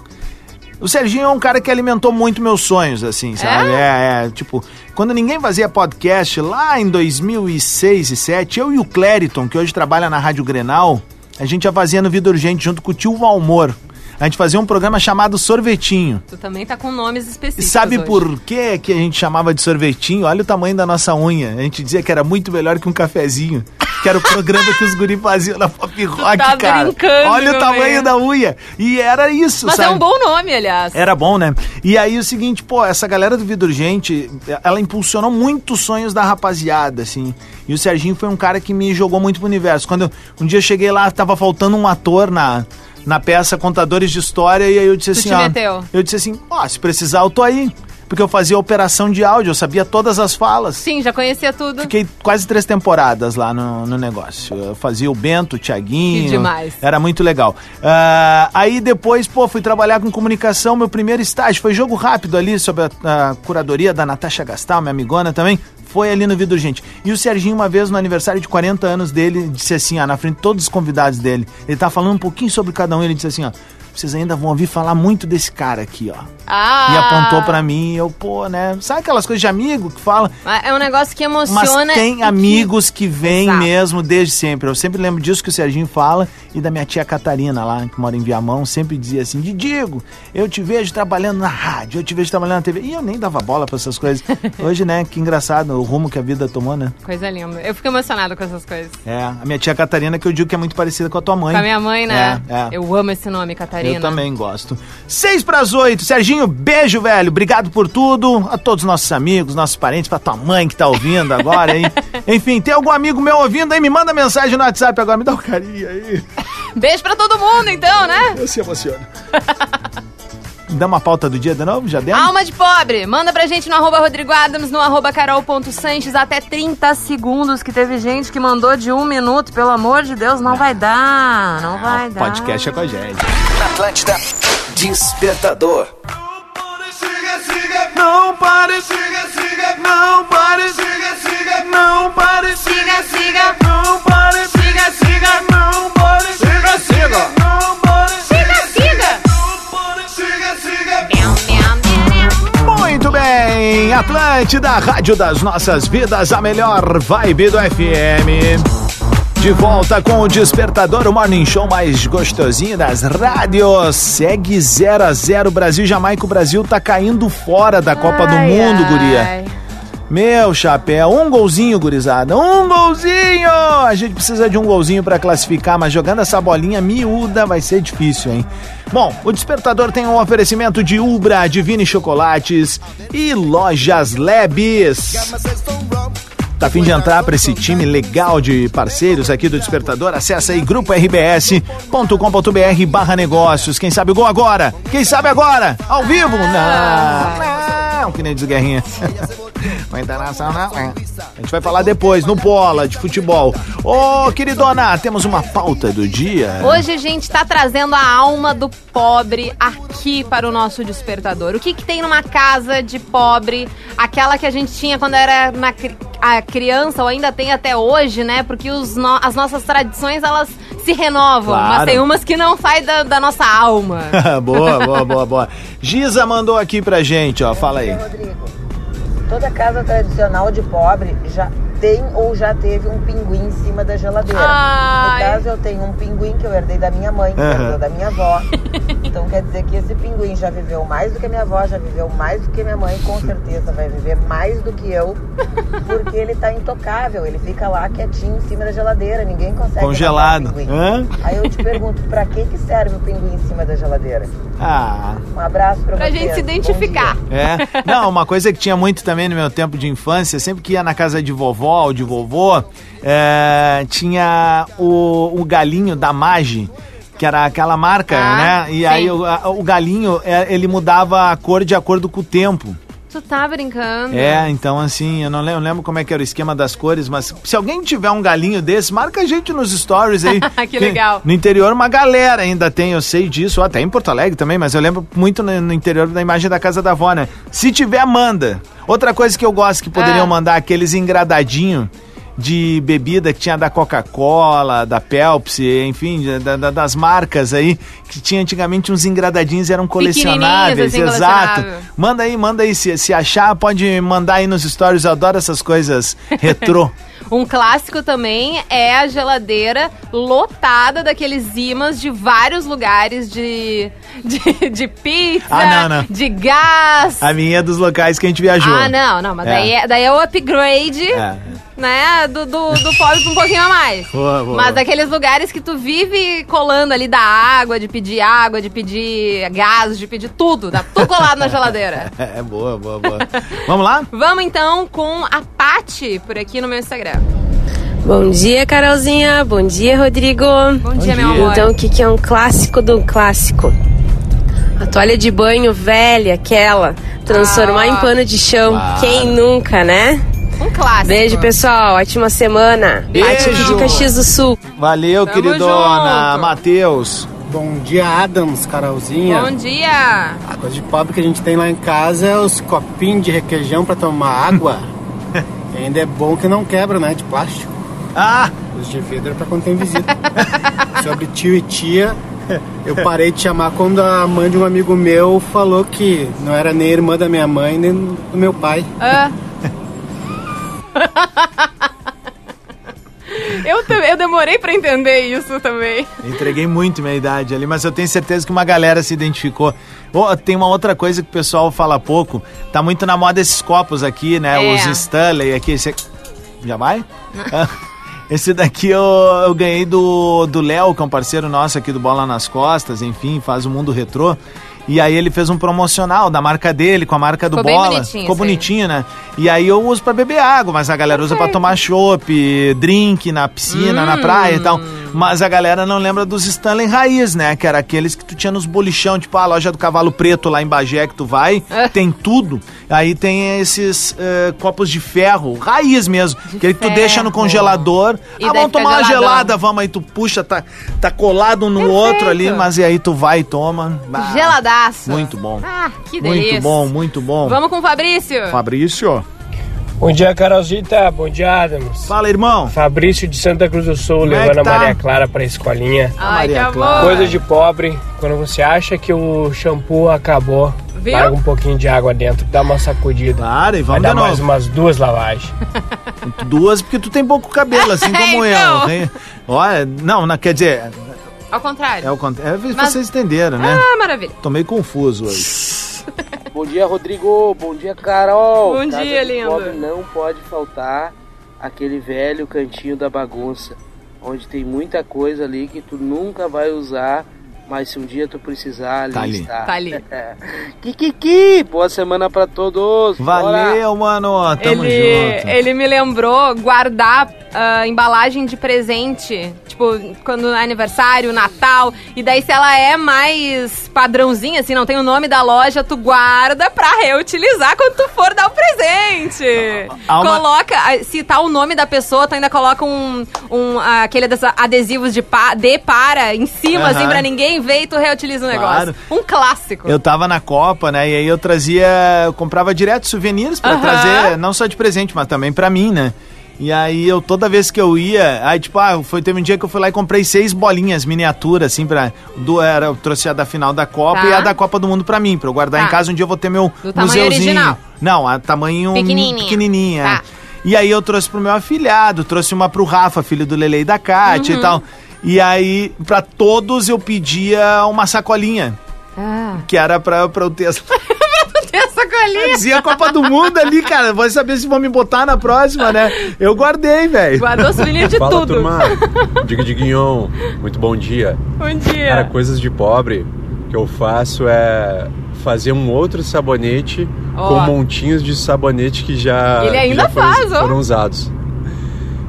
[SPEAKER 1] o Serginho é um cara que alimentou muito meus sonhos, assim, sabe? É, é, tipo, quando ninguém fazia podcast, lá em 2006 e 2007, eu e o Clériton, que hoje trabalha na Rádio Grenal, a gente já fazia no Vida Urgente junto com o tio Valmor. A gente fazia um programa chamado Sorvetinho.
[SPEAKER 2] Tu também tá com nomes
[SPEAKER 1] E
[SPEAKER 2] específicos.
[SPEAKER 1] sabe
[SPEAKER 2] hoje.
[SPEAKER 1] por que que a gente chamava de sorvetinho? Olha o tamanho da nossa unha. A gente dizia que era muito melhor que um cafezinho. Que era o programa que os guris faziam na Pop Rock,
[SPEAKER 2] tá
[SPEAKER 1] cara.
[SPEAKER 2] brincando,
[SPEAKER 1] Olha o
[SPEAKER 2] meu
[SPEAKER 1] tamanho
[SPEAKER 2] bem.
[SPEAKER 1] da unha. E era isso,
[SPEAKER 2] Mas
[SPEAKER 1] sabe?
[SPEAKER 2] é um bom nome, aliás.
[SPEAKER 1] Era bom, né? E aí o seguinte, pô, essa galera do Vida Urgente, ela impulsionou muitos sonhos da rapaziada, assim. E o Serginho foi um cara que me jogou muito pro universo. Quando eu- um dia eu cheguei lá, tava faltando um ator na, na peça Contadores de História, e aí eu disse
[SPEAKER 2] Tu
[SPEAKER 1] assim,
[SPEAKER 2] te
[SPEAKER 1] ó.
[SPEAKER 2] meteu.
[SPEAKER 1] Eu disse assim, ó, se precisar, eu tô aí. Porque eu fazia operação de áudio, eu sabia todas as falas.
[SPEAKER 2] Sim, já conhecia tudo.
[SPEAKER 1] Fiquei quase três temporadas lá no, no negócio. Eu fazia o Bento, o Tiaguinho.
[SPEAKER 2] Que demais.
[SPEAKER 1] Era muito legal. Ah, aí depois, pô, fui trabalhar com comunicação. Meu primeiro estágio foi jogo rápido ali, sob a, a curadoria da Natasha Gastal, minha amigona também. Foi ali no Vida Urgente. E o Serginho, uma vez, no aniversário de 40 anos dele, disse assim, ah, na frente de todos os convidados dele. Ele tá falando um pouquinho sobre cada um. Ele disse assim, ó, vocês ainda vão ouvir falar muito desse cara aqui, ó.
[SPEAKER 2] Ah!
[SPEAKER 1] E apontou pra mim, eu, pô, né? Sabe aquelas coisas de amigo que fala?
[SPEAKER 2] Mas É um negócio que
[SPEAKER 1] Mas
[SPEAKER 2] emociona.
[SPEAKER 1] tem
[SPEAKER 2] e
[SPEAKER 1] amigos que vêm mesmo desde sempre. Eu sempre lembro disso que o Serginho fala e da minha tia Catarina lá, que mora em Viamão, sempre dizia assim: Didigo, eu te vejo trabalhando na rádio, eu te vejo trabalhando na TV. E eu nem dava bola pra essas coisas. Hoje, né? Que engraçado o rumo que a vida tomou, né?
[SPEAKER 2] Que... Coisa linda. Eu fico emocionada com essas coisas.
[SPEAKER 1] É, a minha tia Catarina, que eu digo que é muito parecida com a tua mãe.
[SPEAKER 2] Com a minha mãe, né?
[SPEAKER 1] É, é.
[SPEAKER 2] Eu amo esse nome, Catarina.
[SPEAKER 1] Eu também gosto. Seis pras oito. Serginho, beijo, velho. Obrigado por tudo. A todos os nossos amigos, nossos parentes, pra tua mãe que tá ouvindo agora, hein? Enfim, tem algum amigo meu ouvindo aí? Me manda mensagem no WhatsApp agora. Me dá um carinho aí.
[SPEAKER 2] Beijo pra todo mundo, então, né?
[SPEAKER 1] Eu se emociono. Dá uma pauta do dia de novo? Já demos?
[SPEAKER 2] Alma de pobre, manda pra gente no arroba Rodrigo Adams, no arroba carol.sanches, até 30 segundos, que teve gente que mandou de um minuto, pelo amor de Deus, não vai dar, não vai dar.
[SPEAKER 1] Podcast é com a gente.
[SPEAKER 13] Atlântida Despertador.
[SPEAKER 1] Não pare, siga,
[SPEAKER 13] siga, não pare, siga, siga, não pare, siga, siga, não pare, siga, siga, não pare, siga, siga, não pare, siga, siga, não pare, siga, siga.
[SPEAKER 1] Muito bem, Atlântida, a rádio das nossas vidas, a melhor vibe do FM. De volta com o Despertador, o morning show mais gostosinho das rádios. Segue 0 a 0 Brasil e Jamaica. O Brasil tá caindo fora da Copa é do
[SPEAKER 2] Ai,
[SPEAKER 1] Mundo,
[SPEAKER 2] ai.
[SPEAKER 1] guria. Meu chapéu, um golzinho, gurizada. Um golzinho! A gente precisa de um golzinho pra classificar, mas jogando essa bolinha miúda vai ser difícil, hein? Bom, o despertador tem um oferecimento de Ubra, Divine Chocolates e Lojas Labs. Tá a fim de entrar para esse time legal de parceiros aqui do Despertador? Acesse aí gruporbs.com.br barra negócios. Quem sabe o gol agora? Quem sabe agora? Ao vivo? Não, não, que nem diz Guerrinha. Vai internacional, né? A gente vai falar depois, no bola, de futebol. Ô, queridona, temos uma pauta do dia.
[SPEAKER 2] Hoje a gente tá trazendo a alma do pobre aqui para o nosso despertador. O que que tem numa casa de pobre? Aquela que a gente tinha quando era na cri- a criança ou ainda tem até hoje, né? Porque os no- as nossas tradições, elas se renovam. Mas
[SPEAKER 1] Claro.
[SPEAKER 2] tem umas que não saem da, da nossa alma.
[SPEAKER 1] boa, boa, boa, boa. Giza mandou aqui pra gente, ó, fala aí.
[SPEAKER 4] Toda casa tradicional de pobre já tem ou já teve um pinguim em cima da geladeira.
[SPEAKER 2] Ai.
[SPEAKER 4] No caso, eu tenho um pinguim que eu herdei da minha mãe, que
[SPEAKER 2] Aham.
[SPEAKER 4] herdou da minha avó. Então quer dizer que esse pinguim já viveu mais do que a minha avó, já viveu mais do que a minha mãe, com certeza vai viver mais do que eu, porque ele tá intocável, ele fica lá quietinho em cima da geladeira, ninguém consegue.
[SPEAKER 1] Congelado.
[SPEAKER 4] matar o pinguim.
[SPEAKER 1] Hã?
[SPEAKER 4] Aí eu te pergunto, pra que que serve o pinguim em cima da geladeira?
[SPEAKER 1] Ah.
[SPEAKER 4] Um abraço pra,
[SPEAKER 2] Pra
[SPEAKER 4] vocês.
[SPEAKER 2] gente se
[SPEAKER 4] Bom
[SPEAKER 2] identificar.
[SPEAKER 1] É. Não, uma coisa que tinha muito também no meu tempo de infância, sempre que ia na casa de vovó ou de vovô, é, tinha o, o galinho da Mage. Que era aquela marca,
[SPEAKER 2] Ah,
[SPEAKER 1] né? E aí
[SPEAKER 2] sim.
[SPEAKER 1] o, a- o galinho, é, ele mudava a cor de acordo com o tempo.
[SPEAKER 2] Tu tá brincando.
[SPEAKER 1] É, então assim, eu não lembro, eu lembro como é que era o esquema das cores, mas se alguém tiver um galinho desse, marca a gente nos stories aí.
[SPEAKER 2] Que legal.
[SPEAKER 1] No interior, uma galera ainda tem, eu sei disso, até em Porto Alegre também, mas eu lembro muito no, no interior da imagem da casa da avó, né? Se tiver, manda. Outra coisa que eu gosto que poderiam
[SPEAKER 2] Ah.
[SPEAKER 1] mandar, aqueles engradadinho de bebida que tinha da Coca-Cola, da Pepsi, enfim, da- da- das marcas aí, que tinha antigamente uns engradadinhos, eram colecionáveis,
[SPEAKER 2] assim,
[SPEAKER 1] exato.
[SPEAKER 2] colecionável.
[SPEAKER 1] Manda aí, manda aí. Se, se achar, pode mandar aí nos stories. Eu adoro essas coisas retrô.
[SPEAKER 2] Um clássico também é a geladeira lotada daqueles imãs de vários lugares de, de, de pizza,
[SPEAKER 1] Ah, não, não.
[SPEAKER 2] de gás.
[SPEAKER 1] A minha é dos locais que a gente viajou.
[SPEAKER 2] Ah, não, não, mas
[SPEAKER 1] É.
[SPEAKER 2] daí, é, daí é o upgrade,
[SPEAKER 1] É.
[SPEAKER 2] né, do, do, do pobre pra um pouquinho a mais.
[SPEAKER 1] Boa, boa,
[SPEAKER 2] Mas
[SPEAKER 1] boa.
[SPEAKER 2] daqueles lugares que tu vive colando ali da água, de pedir água, de pedir gás, de pedir tudo, tá tudo colado na geladeira.
[SPEAKER 1] É, boa, boa, boa. Vamos lá?
[SPEAKER 2] Vamos então com a Pati por aqui no meu Instagram.
[SPEAKER 20] Bom dia, Carolzinha. Bom dia, Rodrigo. Bom
[SPEAKER 2] dia, meu amor.
[SPEAKER 20] Então, o que, que é um clássico do clássico? A toalha de banho velha, aquela. Transformar
[SPEAKER 1] Ah.
[SPEAKER 20] em pano de chão.
[SPEAKER 4] Claro.
[SPEAKER 20] Quem nunca, né?
[SPEAKER 2] Um clássico.
[SPEAKER 8] Ah.
[SPEAKER 20] Beijo, pessoal. Ótima semana.
[SPEAKER 1] Ah, Beijo.
[SPEAKER 20] Ative de Caxias do Sul.
[SPEAKER 1] Valeu,
[SPEAKER 20] Tamo
[SPEAKER 1] queridona.
[SPEAKER 20] junto.
[SPEAKER 1] Matheus.
[SPEAKER 5] Bom dia, Adams, Carolzinha.
[SPEAKER 2] Bom dia!
[SPEAKER 5] A coisa de pobre que a gente tem lá em casa é os copinhos de requeijão pra tomar água. e ainda é bom que não quebra, né? De plástico.
[SPEAKER 1] Ah!
[SPEAKER 5] Os de vidro é pra quando tem visita. Sobre tio e tia, eu parei de chamar quando a mãe de um amigo meu falou que não era nem irmã da minha mãe, nem do meu pai.
[SPEAKER 2] Ah. eu, tam- eu demorei pra entender isso também.
[SPEAKER 1] Entreguei muito minha idade ali, mas eu tenho certeza que uma galera se identificou. Ô, tem uma outra coisa que o pessoal fala pouco. Tá muito na moda esses copos aqui, né?
[SPEAKER 23] É.
[SPEAKER 1] Os Stanley aqui. Esse... Já vai? Esse daqui eu, eu ganhei do do Léo, que é um parceiro nosso aqui do Bola nas Costas, enfim, faz o mundo retrô. E aí ele fez um promocional da marca dele com a marca do
[SPEAKER 23] Ficou bem
[SPEAKER 1] Bola.
[SPEAKER 23] bonitinho
[SPEAKER 1] Ficou
[SPEAKER 23] isso aí.
[SPEAKER 1] bonitinho, né? E aí eu uso pra beber água, mas a galera usa pra tomar chopp, drink na piscina, na praia e tal.
[SPEAKER 23] Hum.
[SPEAKER 1] Mas a galera não lembra dos Stanley Raiz, né? Que era aqueles que tu tinha nos bolichão, tipo a loja do Cavalo Preto lá em Bagé que tu vai,
[SPEAKER 23] É.
[SPEAKER 1] tem tudo. Aí tem esses eh, copos de ferro, raiz mesmo, que ele tu deixa no congelador.
[SPEAKER 23] E daí
[SPEAKER 1] ah, vamos
[SPEAKER 23] fica
[SPEAKER 1] tomar uma
[SPEAKER 23] geladão.
[SPEAKER 1] gelada, vamos aí, tu puxa, tá, tá colado um no outro ali, mas e aí tu vai e toma. Bah,
[SPEAKER 2] Geladaço.
[SPEAKER 1] Muito bom.
[SPEAKER 2] Ah, que delícia.
[SPEAKER 1] Muito bom, muito bom.
[SPEAKER 2] Vamos com o Fabrício.
[SPEAKER 1] Fabrício.
[SPEAKER 24] Bom dia, Carolzita. Bom dia, Adams.
[SPEAKER 1] Fala, irmão.
[SPEAKER 24] Fabrício de Santa Cruz do Sul, Como é levando que tá? a Maria Clara pra escolinha. Ai, Maria que Clara. amor. Coisa de pobre. Quando você acha que o shampoo acabou, Viu? larga um pouquinho de água dentro, dá uma sacudida.
[SPEAKER 1] Claro, e
[SPEAKER 24] Vai
[SPEAKER 1] vamos
[SPEAKER 24] dar
[SPEAKER 1] de novo.
[SPEAKER 24] mais umas duas lavagens.
[SPEAKER 1] Duas, porque tu tem pouco cabelo, assim como
[SPEAKER 2] Então.
[SPEAKER 1] eu. né? Olha, não, não, quer dizer,
[SPEAKER 2] Ao contrário.
[SPEAKER 1] é o contrário. É,
[SPEAKER 2] Mas-
[SPEAKER 1] vocês entenderam, né?
[SPEAKER 2] Ah, maravilha.
[SPEAKER 1] Tô meio confuso hoje.
[SPEAKER 25] Bom dia, Rodrigo. Bom dia, Carol.
[SPEAKER 2] Bom
[SPEAKER 25] Casa
[SPEAKER 2] dia,
[SPEAKER 25] do
[SPEAKER 2] linda.
[SPEAKER 25] Pobre não pode faltar aquele velho cantinho da bagunça, onde tem muita coisa ali que tu nunca vai usar, mas se um dia tu precisar, ali
[SPEAKER 1] Tá ali.
[SPEAKER 25] está.
[SPEAKER 2] Tá ali.
[SPEAKER 25] Kikiki! Boa semana pra todos.
[SPEAKER 1] Valeu, mano. Tamo
[SPEAKER 2] ele,
[SPEAKER 1] junto.
[SPEAKER 2] ele me lembrou guardar ah, embalagem de presente, tipo, quando é aniversário, Natal, e daí se ela é mais padrãozinha, assim, não tem o nome da loja, tu guarda pra reutilizar quando tu for dar o presente.
[SPEAKER 26] há uma-
[SPEAKER 2] Coloca, ah, se tá o nome da pessoa, tu ainda coloca um, um ah, aquele dos adesivos de, pa, de para em cima, assim,
[SPEAKER 1] Aham.
[SPEAKER 2] pra ninguém ver e tu reutiliza o negócio.
[SPEAKER 1] Claro.
[SPEAKER 2] Um clássico.
[SPEAKER 1] Eu tava na Copa, né? E aí eu trazia. Eu comprava direto souvenirs pra
[SPEAKER 2] Aham.
[SPEAKER 1] trazer, não só de presente, mas também pra mim, né? E aí eu toda vez que eu ia, aí tipo, ah, foi, teve um dia que eu fui lá e comprei seis bolinhas miniatura, assim, pra. Do, era, eu trouxe a da final da Copa
[SPEAKER 23] Tá.
[SPEAKER 1] e a da Copa do Mundo pra mim, pra eu guardar
[SPEAKER 23] Tá.
[SPEAKER 1] em casa. Um dia eu vou ter meu
[SPEAKER 23] Do tamanho
[SPEAKER 1] museuzinho.
[SPEAKER 23] original.
[SPEAKER 1] Não, a tamanho
[SPEAKER 23] Pequenininha.
[SPEAKER 1] um pequenininha.
[SPEAKER 23] Tá.
[SPEAKER 1] E E aí eu trouxe pro meu afilhado, trouxe uma pro Rafa, filho do Lele e da Kátia
[SPEAKER 2] Uhum.
[SPEAKER 1] e tal. E aí, pra todos eu pedia uma sacolinha,
[SPEAKER 2] Ah,
[SPEAKER 1] que era pra, pra eu ter as...
[SPEAKER 2] tem essa colinha.
[SPEAKER 1] Dizia Copa do Mundo ali, cara. Vai saber se vão me botar na próxima, né? Eu guardei, velho.
[SPEAKER 2] Guardou souvenir de
[SPEAKER 5] Fala,
[SPEAKER 2] tudo.
[SPEAKER 5] turma. Diga de Guignon. Muito bom dia.
[SPEAKER 2] Bom Um dia.
[SPEAKER 5] Cara, coisas de pobre que eu faço é fazer um outro sabonete
[SPEAKER 2] Ó.
[SPEAKER 5] com montinhos de sabonete que já,
[SPEAKER 2] Ele
[SPEAKER 5] que
[SPEAKER 2] ainda
[SPEAKER 5] já foram-
[SPEAKER 2] faz, ó.
[SPEAKER 5] foram usados.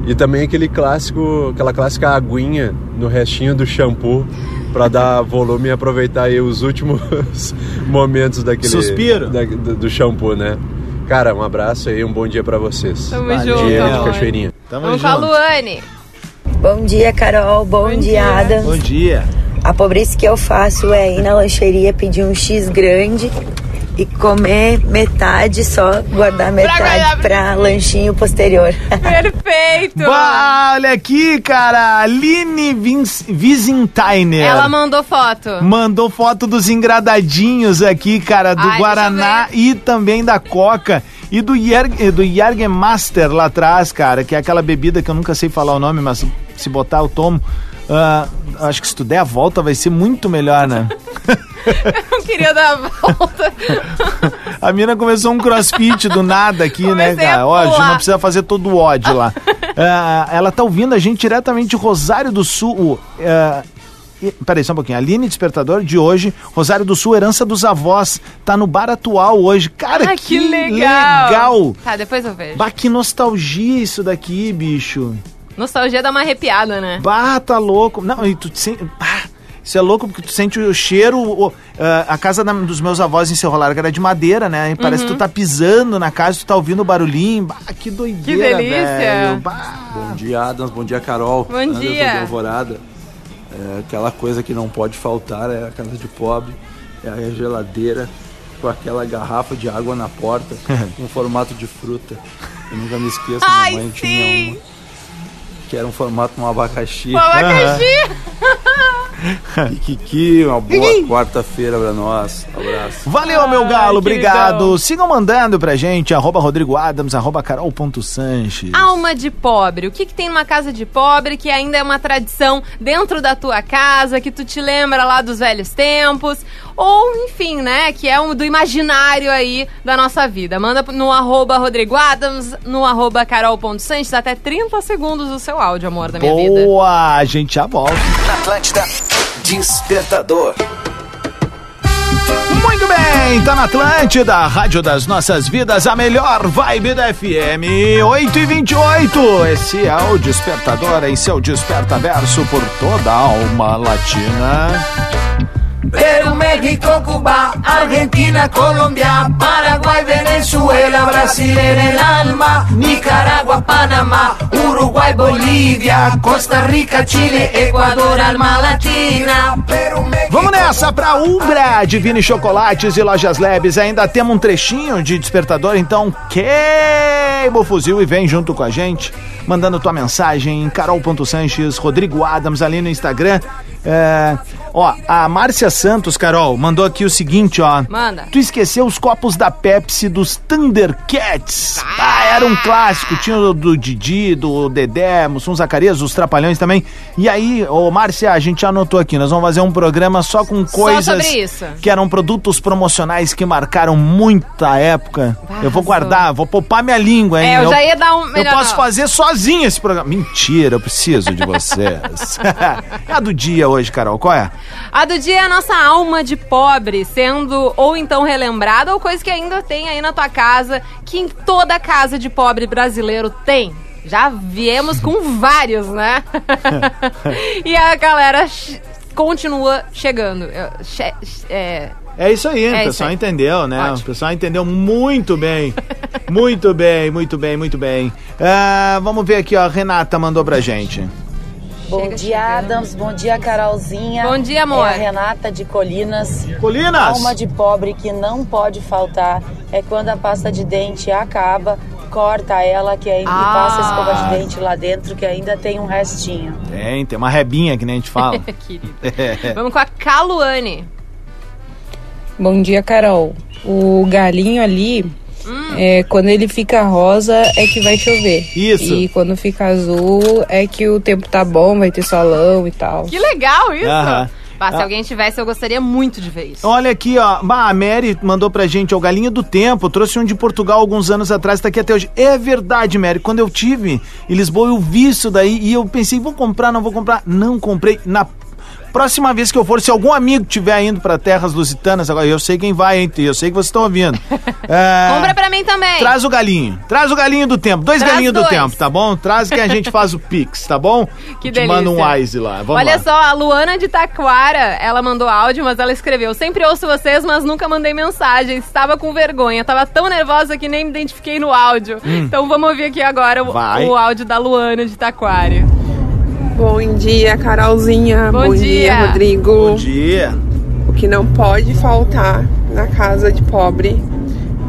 [SPEAKER 5] E também aquele clássico, aquela clássica aguinha no restinho do shampoo pra dar volume e aproveitar aí os últimos momentos daquele
[SPEAKER 1] Suspiro.
[SPEAKER 5] da- do, do shampoo, né? Cara, um abraço aí, um bom dia pra vocês.
[SPEAKER 2] Tamo
[SPEAKER 5] Valeu.
[SPEAKER 2] junto,
[SPEAKER 5] Dia de
[SPEAKER 2] amor.
[SPEAKER 5] cachoeirinha.
[SPEAKER 2] Vamos com a Luane.
[SPEAKER 6] Bom dia, Carol. Bom, dia, Adam.
[SPEAKER 1] Bom dia.
[SPEAKER 6] A pobreza que eu faço é ir na lancheria pedir um X grande e comer metade só, guardar metade para lanchinho posterior.
[SPEAKER 2] tá Perfeito!
[SPEAKER 1] Bah, olha aqui, cara. Aline Vins- Visentainer.
[SPEAKER 2] Ela mandou foto.
[SPEAKER 1] Mandou foto dos engradadinhos aqui, cara, do
[SPEAKER 2] Ai, deixa eu
[SPEAKER 1] Guaraná e também da Coca. E do, Jerg, do Master lá atrás, cara, que é aquela bebida que eu nunca sei falar o nome, mas se botar eu tomo. Ah, acho que se tu der a volta vai ser muito melhor, né?
[SPEAKER 2] Eu queria dar a volta.
[SPEAKER 1] A mina começou um crossfit do nada aqui, né, cara? Ó, a gente não precisa fazer todo o ódio lá. Ah, ela tá ouvindo a gente diretamente de Rosário do Sul. Ah, e- peraí, só um pouquinho. Aline Despertador de hoje, Rosário do Sul, herança dos avós. Tá no bar atual hoje. Cara,
[SPEAKER 2] Ah,
[SPEAKER 1] que, legal!
[SPEAKER 2] Tá, depois eu vejo.
[SPEAKER 1] Bah, que nostalgia isso daqui, bicho.
[SPEAKER 2] Nostalgia dá uma arrepiada, né?
[SPEAKER 1] Bah, tá louco. Não, e tu sente. Bah, isso é louco porque tu sente o cheiro. o- ah, a casa da- dos meus avós em Cerro Largo era de madeira, né? E parece que
[SPEAKER 2] Uhum.
[SPEAKER 1] tu tá pisando na casa, tu tá ouvindo o barulhinho. Bah, que doideira.
[SPEAKER 2] Que delícia.
[SPEAKER 1] velho. Bah,
[SPEAKER 7] Bom dia, Adams. Bom dia, Carol.
[SPEAKER 2] Bom
[SPEAKER 7] Anderson
[SPEAKER 2] dia.
[SPEAKER 7] de Alvorada. É, aquela coisa que não pode faltar é a casa de pobre, é a geladeira com aquela garrafa de água na porta, com formato de fruta. Eu nunca me esqueço,
[SPEAKER 2] Ai,
[SPEAKER 7] minha mãe
[SPEAKER 2] sim.
[SPEAKER 7] tinha uma que era um formato de um abacaxi.
[SPEAKER 2] Com abacaxi!
[SPEAKER 7] E Kiki, um uma boa
[SPEAKER 1] Kiki.
[SPEAKER 7] quarta-feira pra nós. Abraço.
[SPEAKER 1] Valeu, meu galo,
[SPEAKER 7] queridão.
[SPEAKER 1] obrigado. Sigam mandando pra gente, arroba Rodrigo Adams, arroba carol.sanches.
[SPEAKER 2] Alma de pobre. O que, que tem numa casa de pobre que ainda é uma tradição dentro da tua casa, que tu te lembra lá dos velhos tempos? Ou, enfim, né? Que é um do imaginário aí da nossa vida. Manda no arroba Rodrigo Adams, no arroba carol.sanches, até 30 segundos o seu áudio, amor da minha vida.
[SPEAKER 1] Boa, a gente já volta.
[SPEAKER 13] Atlântida, despertador.
[SPEAKER 1] Muito bem, tá na Atlântida, a rádio das nossas vidas, a melhor vibe da FM, 8 e 28 Esse é o Despertador é em seu Despertaverso por toda a alma latina.
[SPEAKER 13] Perú, México, Cuba, Argentina, Colombia, Paraguay, Venezuela, Brasil en el alma, Nicaragua, Panamá, Uruguay, Bolivia, Costa Rica, Chile, Ecuador, alma latina.
[SPEAKER 1] Vamos nessa pra Umbra, Divine Chocolates e Lojas Labs. Ainda temos um trechinho de despertador, então queima o fuzil e vem junto com a gente, mandando tua mensagem em carol.sanches, Rodrigo Adams ali no Instagram. É, ó, a Márcia Santos, Carol, mandou aqui o seguinte, ó.
[SPEAKER 2] Manda.
[SPEAKER 1] Tu esqueceu os copos da Pepsi dos Thundercats. Ah, era um clássico. Tinha o do Didi, do Dedé, Mussum Zacarias, os Trapalhões também. E aí, ô Márcia, a gente anotou aqui. Nós vamos fazer um programa só com coisas
[SPEAKER 2] sobre isso.
[SPEAKER 1] que eram produtos promocionais que marcaram muita época. eu vou guardar, vou poupar minha língua, hein?
[SPEAKER 2] É, eu já ia dar um-
[SPEAKER 1] Eu
[SPEAKER 2] melhor
[SPEAKER 1] posso
[SPEAKER 2] não.
[SPEAKER 1] fazer sozinho esse programa. Mentira, eu preciso de vocês. é a do dia hoje, Carol. Qual é?
[SPEAKER 2] A do dia é a nossa alma de pobre, sendo ou então relembrada, ou coisa que ainda tem aí na tua casa, que em toda casa de pobre brasileiro tem. Já viemos com vários, né? e a galera ch- continua chegando. Eu- che- é,
[SPEAKER 1] É isso aí,
[SPEAKER 2] É
[SPEAKER 1] o
[SPEAKER 2] isso
[SPEAKER 1] pessoal
[SPEAKER 2] aí.
[SPEAKER 1] entendeu, né? O pessoal entendeu muito bem. muito bem, muito bem, muito bem. Ah, vamos ver aqui, ó. A Renata mandou pra gente.
[SPEAKER 8] Bom dia, Adams. Bom dia, Carolzinha.
[SPEAKER 2] Bom dia, amor.
[SPEAKER 8] É a Renata de Colinas.
[SPEAKER 1] Colinas!
[SPEAKER 8] Alma de pobre que não pode faltar é quando a pasta de dente acaba, corta ela que ainda
[SPEAKER 2] Ah.
[SPEAKER 8] e passa a escova de dente lá dentro que ainda tem um restinho.
[SPEAKER 1] Tem, tem uma rebinha que nem a gente fala.
[SPEAKER 2] Querido.
[SPEAKER 1] É.
[SPEAKER 2] Vamos com a Caluane.
[SPEAKER 8] Hum.
[SPEAKER 9] Bom dia, Carol. O galinho ali,
[SPEAKER 27] É, quando ele fica rosa é que vai chover.
[SPEAKER 1] Isso.
[SPEAKER 27] E quando fica azul é que o tempo tá bom, vai ter solão e tal.
[SPEAKER 2] Que legal isso!
[SPEAKER 1] Aham.
[SPEAKER 2] Bah, se
[SPEAKER 1] Ah.
[SPEAKER 2] alguém tivesse, eu gostaria muito de ver isso.
[SPEAKER 1] Olha aqui, ó. Bah, a Mary mandou pra gente, ó, o Galinho do Tempo. Trouxe um de Portugal alguns anos atrás, tá aqui até hoje. É verdade, Mary. Quando eu tive em Lisboa, eu vi isso daí e eu pensei, vou comprar, não vou comprar. Não comprei. Na próxima vez que eu for, se algum amigo tiver indo pra terras lusitanas, agora eu sei quem vai, hein? Eu sei que vocês estão ouvindo. É,
[SPEAKER 2] Compra pra mim também.
[SPEAKER 1] Traz o galinho. Traz o galinho do tempo. Dois
[SPEAKER 2] Traz
[SPEAKER 1] galinhos do
[SPEAKER 2] dois.
[SPEAKER 1] tempo, tá bom? Traz que a gente faz o Pix, tá bom?
[SPEAKER 2] Que
[SPEAKER 1] Te manda um
[SPEAKER 2] delícia.
[SPEAKER 1] Wise lá. Vamos
[SPEAKER 2] Olha
[SPEAKER 1] lá.
[SPEAKER 2] só, a Luana de Taquara, ela mandou áudio, mas ela escreveu: Sempre ouço vocês, mas nunca mandei mensagem. Estava com vergonha, estava tão nervosa que nem me identifiquei no áudio.
[SPEAKER 20] Hum.
[SPEAKER 2] Então vamos ouvir aqui agora o,
[SPEAKER 20] Vai.
[SPEAKER 2] o áudio da Luana de Taquara.
[SPEAKER 20] Bom dia, Carolzinha.
[SPEAKER 2] Bom dia.
[SPEAKER 20] Rodrigo. Bom
[SPEAKER 1] dia.
[SPEAKER 20] O que não pode faltar na casa de pobre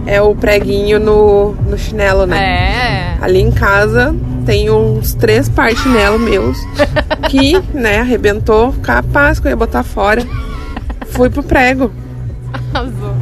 [SPEAKER 20] é o preguinho no, no chinelo, né? É. Ali em casa tem uns três par de chinelo meus que, né, arrebentou. Capaz que eu ia botar fora. Fui pro prego.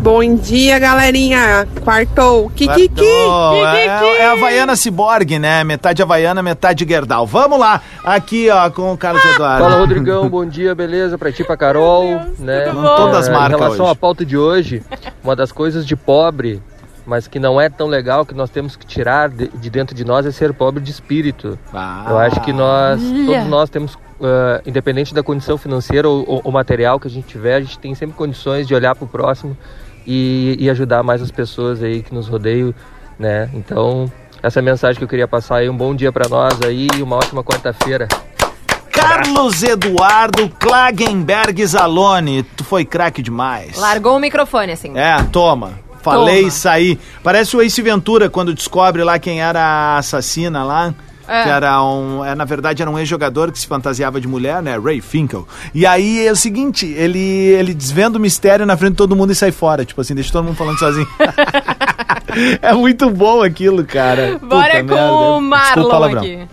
[SPEAKER 20] Bom dia, galerinha. Quartou. Kikiki.
[SPEAKER 1] Quartou. É, é a Havaiana Ciborgue, né? Metade Havaiana, metade Gerdau. Vamos lá, aqui ó, com o Carlos Eduardo.
[SPEAKER 5] Fala, Rodrigão, bom dia, beleza? Pra ti, pra Carol, né?
[SPEAKER 1] tudo bom? Todas as
[SPEAKER 5] Eh,
[SPEAKER 1] marcas
[SPEAKER 5] Em relação
[SPEAKER 1] hoje.
[SPEAKER 5] à pauta de hoje, uma das coisas de pobre, mas que não é tão legal, que nós temos que tirar de, de dentro de nós, é ser pobre de espírito. Eu
[SPEAKER 1] Ah.
[SPEAKER 5] acho que nós,
[SPEAKER 28] Olha.
[SPEAKER 5] todos nós temos, eh, independente da condição financeira ou, ou- ou material que a gente tiver, a gente tem sempre condições de olhar pro próximo e, e ajudar mais as pessoas aí que nos rodeiam, né? Então, essa é a mensagem que eu queria passar aí. Um bom dia pra nós aí e uma ótima quarta-feira.
[SPEAKER 1] Carlos Eduardo Klagenberg Zalone. Tu foi craque demais.
[SPEAKER 2] Largou o microfone assim.
[SPEAKER 1] É, toma. Falei
[SPEAKER 2] Toma.
[SPEAKER 1] e saí. Parece o Ace Ventura quando descobre lá quem era a assassina lá.
[SPEAKER 2] É.
[SPEAKER 1] Que era um. É, na verdade, era um ex-jogador que se fantasiava de mulher, né? Ray Finkel. E aí é o seguinte: ele, ele desvenda o mistério na frente de todo mundo e sai fora. Tipo assim, deixa todo mundo falando sozinho. é muito bom aquilo, cara.
[SPEAKER 2] Bora
[SPEAKER 1] Puta
[SPEAKER 2] com
[SPEAKER 1] merda.
[SPEAKER 2] o
[SPEAKER 1] Desculpa
[SPEAKER 2] Marlon
[SPEAKER 1] palavrão.
[SPEAKER 2] aqui.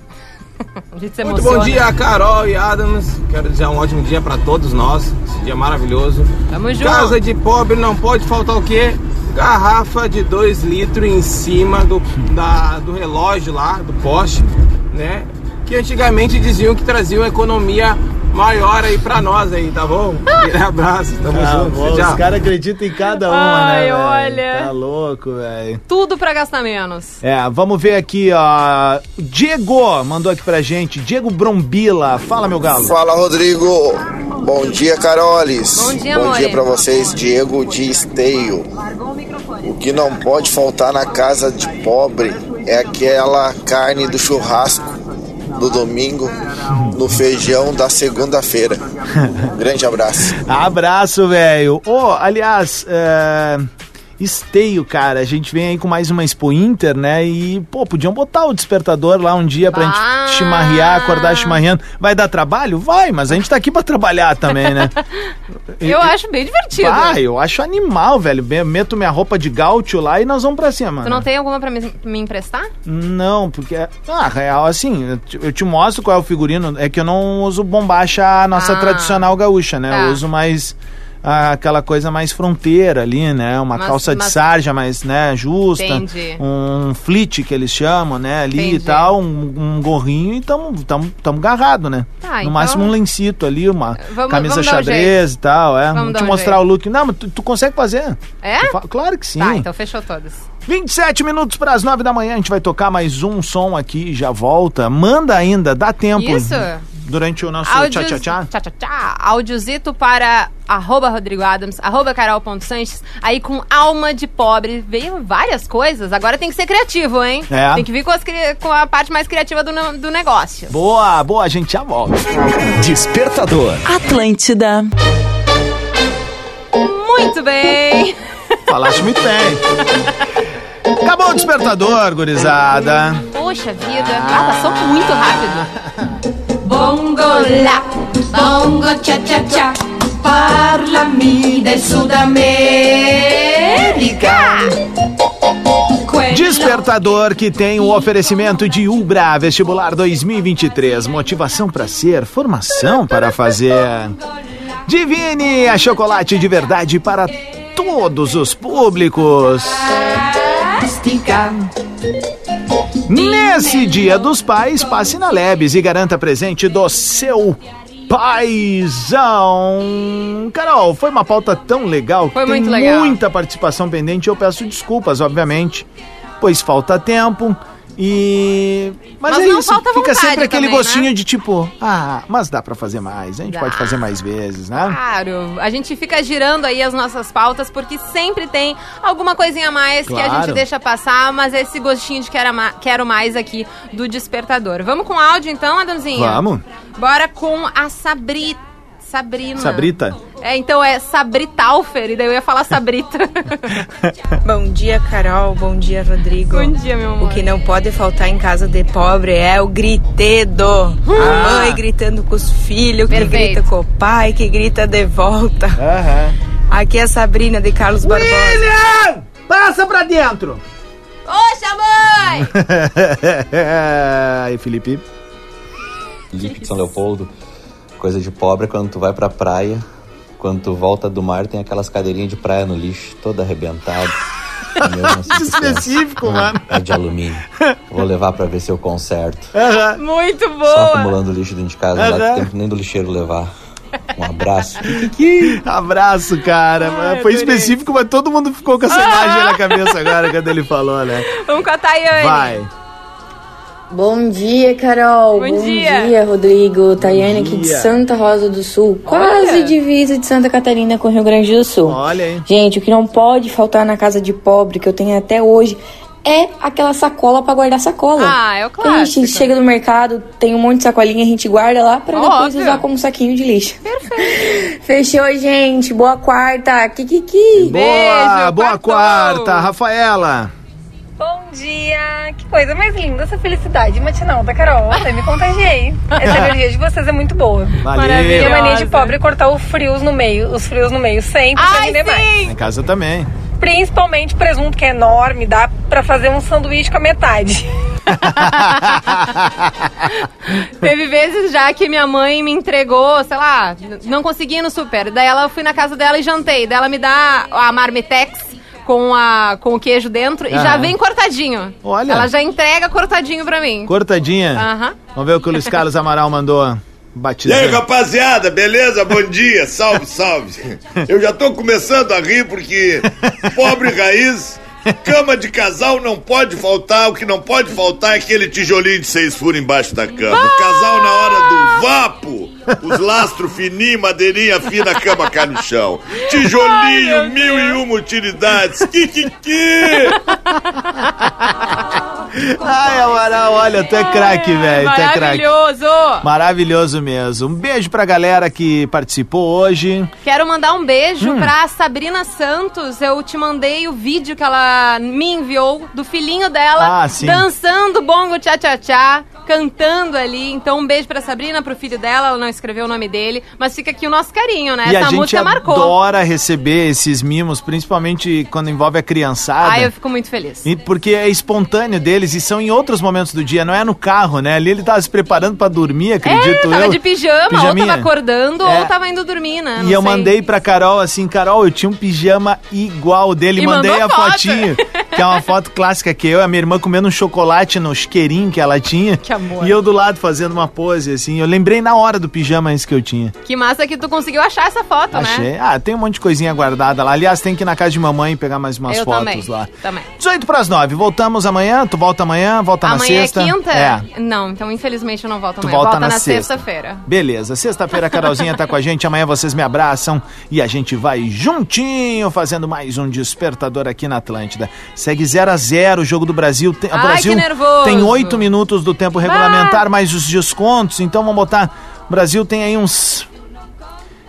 [SPEAKER 2] A gente se
[SPEAKER 29] Muito
[SPEAKER 2] emociona.
[SPEAKER 29] bom dia, Carol e Adams. Quero desejar um ótimo dia pra todos nós. Esse dia é maravilhoso.
[SPEAKER 2] Tamo junto.
[SPEAKER 29] Casa de pobre não pode faltar o quê? Garrafa de 2 litros em cima do, da- do relógio lá, do poste, né? Que antigamente diziam que trazia uma economia maior aí pra nós aí, tá bom?
[SPEAKER 1] Ah.
[SPEAKER 29] Um abraço, tamo
[SPEAKER 1] Tá
[SPEAKER 29] junto.
[SPEAKER 1] bom,
[SPEAKER 29] tchau.
[SPEAKER 1] Os caras acreditam em cada uma, né?
[SPEAKER 2] Ai,
[SPEAKER 1] velho?
[SPEAKER 2] olha.
[SPEAKER 1] Tá louco, velho.
[SPEAKER 2] Tudo pra gastar menos.
[SPEAKER 1] É, vamos ver aqui, ó. Diego mandou aqui pra gente. Diego Brombila. Fala, meu galo.
[SPEAKER 16] Fala, Rodrigo. Bom dia, Carolis.
[SPEAKER 2] Bom dia,
[SPEAKER 16] Bom
[SPEAKER 2] amore.
[SPEAKER 16] dia pra vocês, Diego de Esteio. O que não pode faltar na casa de pobre é aquela carne do churrasco do domingo no feijão da segunda-feira. Um grande abraço.
[SPEAKER 1] Abraço, velho. Ô, aliás, é... Esteio, cara, a gente vem aí com mais uma Expo Inter, né? E, pô, podiam botar o despertador lá um dia pra
[SPEAKER 2] Ah!
[SPEAKER 1] gente chimarrear, acordar chimarreando. Vai dar trabalho? Vai, mas a gente tá aqui pra trabalhar também, né?
[SPEAKER 2] Eu acho bem divertido.
[SPEAKER 1] Ah, eu acho animal, velho. Me- Meto minha roupa de gaúcho lá e nós vamos pra cima. né?
[SPEAKER 2] Tu não tem alguma pra me, me emprestar?
[SPEAKER 1] Não, porque. Ah, real, assim, eu te- eu te mostro qual é o figurino. É que eu não uso bombacha a nossa
[SPEAKER 2] Ah.
[SPEAKER 1] tradicional gaúcha, né?
[SPEAKER 2] Tá.
[SPEAKER 1] Eu uso mais. ah, aquela coisa mais fronteira ali, né? Uma
[SPEAKER 2] Mas-
[SPEAKER 1] calça de
[SPEAKER 2] mas-
[SPEAKER 1] sarja mais, né, justa.
[SPEAKER 2] Entendi.
[SPEAKER 1] Um flit que eles chamam, né? Ali e
[SPEAKER 2] Entendi.
[SPEAKER 1] tal, um, um gorrinho e tamo, tamo, tamo garrado, né?
[SPEAKER 2] Tá,
[SPEAKER 1] no
[SPEAKER 2] então-
[SPEAKER 1] máximo um lencito ali, uma
[SPEAKER 2] Vamos-
[SPEAKER 1] camisa
[SPEAKER 2] vamos dar um
[SPEAKER 1] xadrez e
[SPEAKER 2] jeito.
[SPEAKER 1] tal, é.
[SPEAKER 2] Vamos
[SPEAKER 1] Vou
[SPEAKER 2] dar
[SPEAKER 1] te
[SPEAKER 2] um
[SPEAKER 1] mostrar
[SPEAKER 2] jeito.
[SPEAKER 1] o look. Não, mas tu, tu consegue fazer.
[SPEAKER 2] É?
[SPEAKER 1] Tu fa- Claro que sim.
[SPEAKER 2] Tá, então fechou todas.
[SPEAKER 1] 27 minutos para as 9 da manhã, a gente vai tocar mais um som aqui e já volta. Manda ainda, dá tempo.
[SPEAKER 2] Isso.
[SPEAKER 1] Durante o nosso
[SPEAKER 2] Áudios-
[SPEAKER 1] tchá-tchá-tchá.
[SPEAKER 2] tchá, tchá, tchá. Audiozito para arroba Rodrigo Adams, arroba carol.sanches, aí com alma de pobre. Veio várias coisas, agora tem que ser criativo, hein?
[SPEAKER 1] É.
[SPEAKER 2] Tem que vir com, as cri- com a parte mais criativa do, no- do negócio.
[SPEAKER 1] Boa, boa, a gente já volta. Despertador.
[SPEAKER 30] Atlântida.
[SPEAKER 2] Muito bem!
[SPEAKER 1] Falaste muito bem. Acabou o despertador, gurizada.
[SPEAKER 2] Poxa vida, ah, passou muito rápido. Bongo lá, bongo tchá tchá tchá, parlami del
[SPEAKER 1] Despertador que tem o oferecimento de Ubra Vestibular 2023. Motivação para ser, formação para fazer. Divine a chocolate de verdade para todos os públicos. Fantástica. Nesse Dia dos Pais, passe na Lebes e garanta presente do seu paizão. Carol, foi uma pauta tão legal.
[SPEAKER 2] Foi
[SPEAKER 1] que
[SPEAKER 2] muito
[SPEAKER 1] tem
[SPEAKER 2] legal.
[SPEAKER 1] muita participação pendente. Eu peço desculpas, obviamente, pois falta tempo. E. Mas,
[SPEAKER 2] Mas
[SPEAKER 1] é
[SPEAKER 2] não
[SPEAKER 1] isso,
[SPEAKER 2] falta
[SPEAKER 1] fica
[SPEAKER 2] vontade
[SPEAKER 1] sempre aquele
[SPEAKER 2] também, né?
[SPEAKER 1] gostinho de tipo, ah, mas dá pra fazer mais, a gente
[SPEAKER 2] Dá. Ah.
[SPEAKER 1] pode fazer mais vezes, né?
[SPEAKER 2] Claro, a gente fica girando aí as nossas pautas porque sempre tem alguma coisinha a mais que a
[SPEAKER 1] Claro.
[SPEAKER 2] gente deixa passar, mas esse gostinho de quero, ma- quero mais aqui do despertador. Vamos com áudio então, Adãozinho?
[SPEAKER 1] Vamos.
[SPEAKER 2] Bora com a Sabri... Sabrina.
[SPEAKER 1] Sabrita?
[SPEAKER 2] É, então é Sabritalfer, e daí eu ia falar Sabrita.
[SPEAKER 12] Bom dia, Carol. Bom dia, Rodrigo. Bom
[SPEAKER 2] dia, meu amor.
[SPEAKER 12] O que não pode faltar em casa de pobre é o gritedo. A
[SPEAKER 14] Ah.
[SPEAKER 12] mãe gritando com os filhos, que
[SPEAKER 14] Perfeito.
[SPEAKER 12] grita com o pai, que grita de volta. Aqui é a Sabrina de Carlos Barbosa.
[SPEAKER 14] William!
[SPEAKER 12] Passa pra dentro!
[SPEAKER 2] Poxa, mãe!
[SPEAKER 1] e Felipe?
[SPEAKER 16] Felipe de São Leopoldo. Coisa de pobre é quando tu vai pra praia, quando tu volta do mar, tem aquelas cadeirinhas de praia no lixo, toda arrebentada. Mesmo assim, tu pensa,
[SPEAKER 1] Específico,
[SPEAKER 16] "Ah,
[SPEAKER 1] mano.
[SPEAKER 16] É de alumínio. Vou levar pra ver se eu conserto.
[SPEAKER 2] Muito
[SPEAKER 16] Só
[SPEAKER 2] boa!
[SPEAKER 16] Tá acumulando lixo dentro de casa, não dá
[SPEAKER 1] Aham.
[SPEAKER 16] tempo nem do lixeiro levar. Um abraço.
[SPEAKER 1] Abraço, cara. Foi específico, mas todo mundo ficou
[SPEAKER 2] Ah!
[SPEAKER 1] com essa imagem na cabeça agora quando ele falou, né?
[SPEAKER 2] Vamos com a Tayane.
[SPEAKER 1] Vai.
[SPEAKER 20] Bom dia, Carol.
[SPEAKER 2] Bom dia.
[SPEAKER 20] Rodrigo. Tayane aqui de
[SPEAKER 16] dia.
[SPEAKER 20] Santa Rosa do Sul, quase divisa de Santa Catarina com o Rio Grande do Sul.
[SPEAKER 1] Olha aí.
[SPEAKER 20] Gente, o que não pode faltar na casa de pobre que eu tenho até hoje é aquela sacola pra guardar sacola.
[SPEAKER 2] Ah, é o
[SPEAKER 20] Porque A gente
[SPEAKER 2] clássico.
[SPEAKER 20] chega do mercado, tem um monte de sacolinha, a gente guarda lá pra depois
[SPEAKER 2] Óbvio.
[SPEAKER 20] usar como saquinho de lixo. Perfeito. Fechou, gente. Boa quarta. Kikiki.
[SPEAKER 1] Boa, boa quarta, Rafaela.
[SPEAKER 31] Bom dia! Que coisa mais linda essa felicidade matinal da Carol. Até me contagiei. Essa energia de vocês é muito boa.
[SPEAKER 1] Valeu.
[SPEAKER 31] Minha mania de pobre é cortar os frios no meio, os frios no meio sempre pra
[SPEAKER 2] Ai,
[SPEAKER 31] render mais.
[SPEAKER 1] Em casa também.
[SPEAKER 31] Principalmente presunto que é enorme, dá pra fazer um sanduíche com a metade.
[SPEAKER 2] Teve vezes já que minha mãe me entregou, sei lá, n- não consegui ir no super. Daí ela, eu fui na casa dela e jantei. Daí ela me dá a marmitex com, a, com o queijo dentro e já
[SPEAKER 1] Aham.
[SPEAKER 2] vem cortadinho.
[SPEAKER 1] Olha.
[SPEAKER 2] Ela já entrega cortadinho pra mim.
[SPEAKER 1] Cortadinha.
[SPEAKER 2] Aham.
[SPEAKER 1] Vamos ver o que o Luiz Carlos Amaral mandou.
[SPEAKER 32] E
[SPEAKER 1] Batizando.
[SPEAKER 32] aí, rapaziada, beleza? Bom dia, salve, salve. Eu já tô começando a rir porque pobre raiz, cama de casal não pode faltar. O que não pode faltar é aquele tijolinho de seis furos embaixo da cama. O casal na hora do vapo, os lastros fininhos, madeirinha fina, a cama cai no chão. Tijolinho, mil e uma utilidades. Que, que, que?
[SPEAKER 1] Ai, Amaral, olha, tu é craque, velho. Tu é craque.
[SPEAKER 2] Maravilhoso!
[SPEAKER 1] Maravilhoso mesmo. Um beijo pra galera que participou hoje.
[SPEAKER 2] Quero mandar um beijo
[SPEAKER 1] Hum.
[SPEAKER 2] pra Sabrina Santos. Eu te mandei o vídeo que ela me enviou do filhinho dela
[SPEAKER 1] Ah, sim.
[SPEAKER 2] dançando bongo tchá tchá tchá, cantando ali. Então um beijo pra Sabrina, pro filho dela, ela não escreveu o nome dele, mas fica aqui o nosso carinho, né?
[SPEAKER 1] e
[SPEAKER 2] Essa
[SPEAKER 1] a gente
[SPEAKER 2] música marcou.
[SPEAKER 1] adora receber esses mimos, principalmente quando envolve a criançada.
[SPEAKER 2] Ai, eu fico muito feliz.
[SPEAKER 1] E porque é espontâneo deles e são em outros momentos do dia, não é no carro, né? Ali ele tava se preparando pra dormir, acredito
[SPEAKER 2] é, tava
[SPEAKER 1] eu.
[SPEAKER 2] de pijama, ou
[SPEAKER 1] Pijaminha.
[SPEAKER 2] tava acordando,
[SPEAKER 1] É.
[SPEAKER 2] ou tava indo dormir, né? Não
[SPEAKER 1] E eu
[SPEAKER 2] sei.
[SPEAKER 1] mandei pra Carol assim, Carol, eu tinha um pijama igual dele,
[SPEAKER 2] E
[SPEAKER 1] mandei
[SPEAKER 2] mandou
[SPEAKER 1] a
[SPEAKER 2] foto.
[SPEAKER 1] fotinho, que é uma foto clássica que eu e a minha irmã comendo um chocolate no isqueirinho que ela tinha. Que
[SPEAKER 2] amor.
[SPEAKER 1] E eu do lado fazendo uma pose assim. Eu lembrei na hora do pijama esse que eu tinha.
[SPEAKER 2] Que massa que tu conseguiu achar essa foto, né?
[SPEAKER 1] Achei. Ah, tem um monte de coisinha guardada lá. Aliás, tem que ir na casa de mamãe e pegar mais umas
[SPEAKER 2] eu
[SPEAKER 1] fotos
[SPEAKER 2] também.
[SPEAKER 1] lá.
[SPEAKER 2] Também.
[SPEAKER 1] 18 pras 9. Voltamos amanhã? Tu volta amanhã? Volta Tá na
[SPEAKER 2] amanhã
[SPEAKER 1] sexta?
[SPEAKER 2] é quinta?
[SPEAKER 1] É.
[SPEAKER 2] Não, então infelizmente eu não volto
[SPEAKER 1] Tu
[SPEAKER 2] amanhã.
[SPEAKER 1] volta
[SPEAKER 2] Volta
[SPEAKER 1] na
[SPEAKER 2] na,
[SPEAKER 1] sexta.
[SPEAKER 2] sexta-feira.
[SPEAKER 1] Beleza, sexta-feira a Carolzinha tá com a gente, amanhã vocês me abraçam e a gente vai juntinho fazendo mais um despertador aqui na Atlântida. Segue 0 a 0 o jogo do Brasil. Tem, o
[SPEAKER 2] Ai,
[SPEAKER 1] Brasil
[SPEAKER 2] que nervoso.
[SPEAKER 1] tem oito minutos do tempo regulamentar, mais os descontos, então vamos botar. O Brasil tem aí uns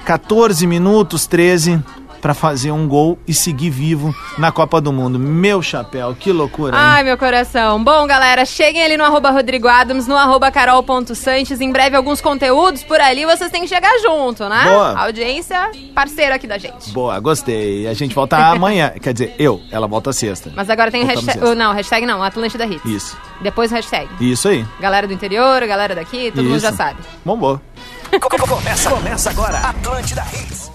[SPEAKER 1] 14 minutos, 13 pra fazer um gol e seguir vivo na Copa do Mundo. Meu chapéu, que loucura, hein?
[SPEAKER 2] Ai, meu coração. Bom, galera, cheguem ali no arroba Rodrigo Adams, no arroba carol.sanches. Em breve, alguns conteúdos por ali. Vocês têm que chegar junto, né?
[SPEAKER 1] Boa.
[SPEAKER 2] Audiência, parceiro aqui da gente.
[SPEAKER 1] Boa, gostei. A gente volta amanhã. Quer dizer, eu, ela volta sexta.
[SPEAKER 2] Mas agora tem o
[SPEAKER 1] Voltamos
[SPEAKER 2] hashtag...
[SPEAKER 1] sexta.
[SPEAKER 2] oh, Não, hashtag não, Atlântida Hits.
[SPEAKER 1] Isso.
[SPEAKER 2] Depois o hashtag.
[SPEAKER 1] Isso aí.
[SPEAKER 2] Galera do interior, galera daqui, todo mundo
[SPEAKER 1] Isso.
[SPEAKER 2] já sabe.
[SPEAKER 1] Bombou.
[SPEAKER 13] Começa, começa agora. Atlântida Hits.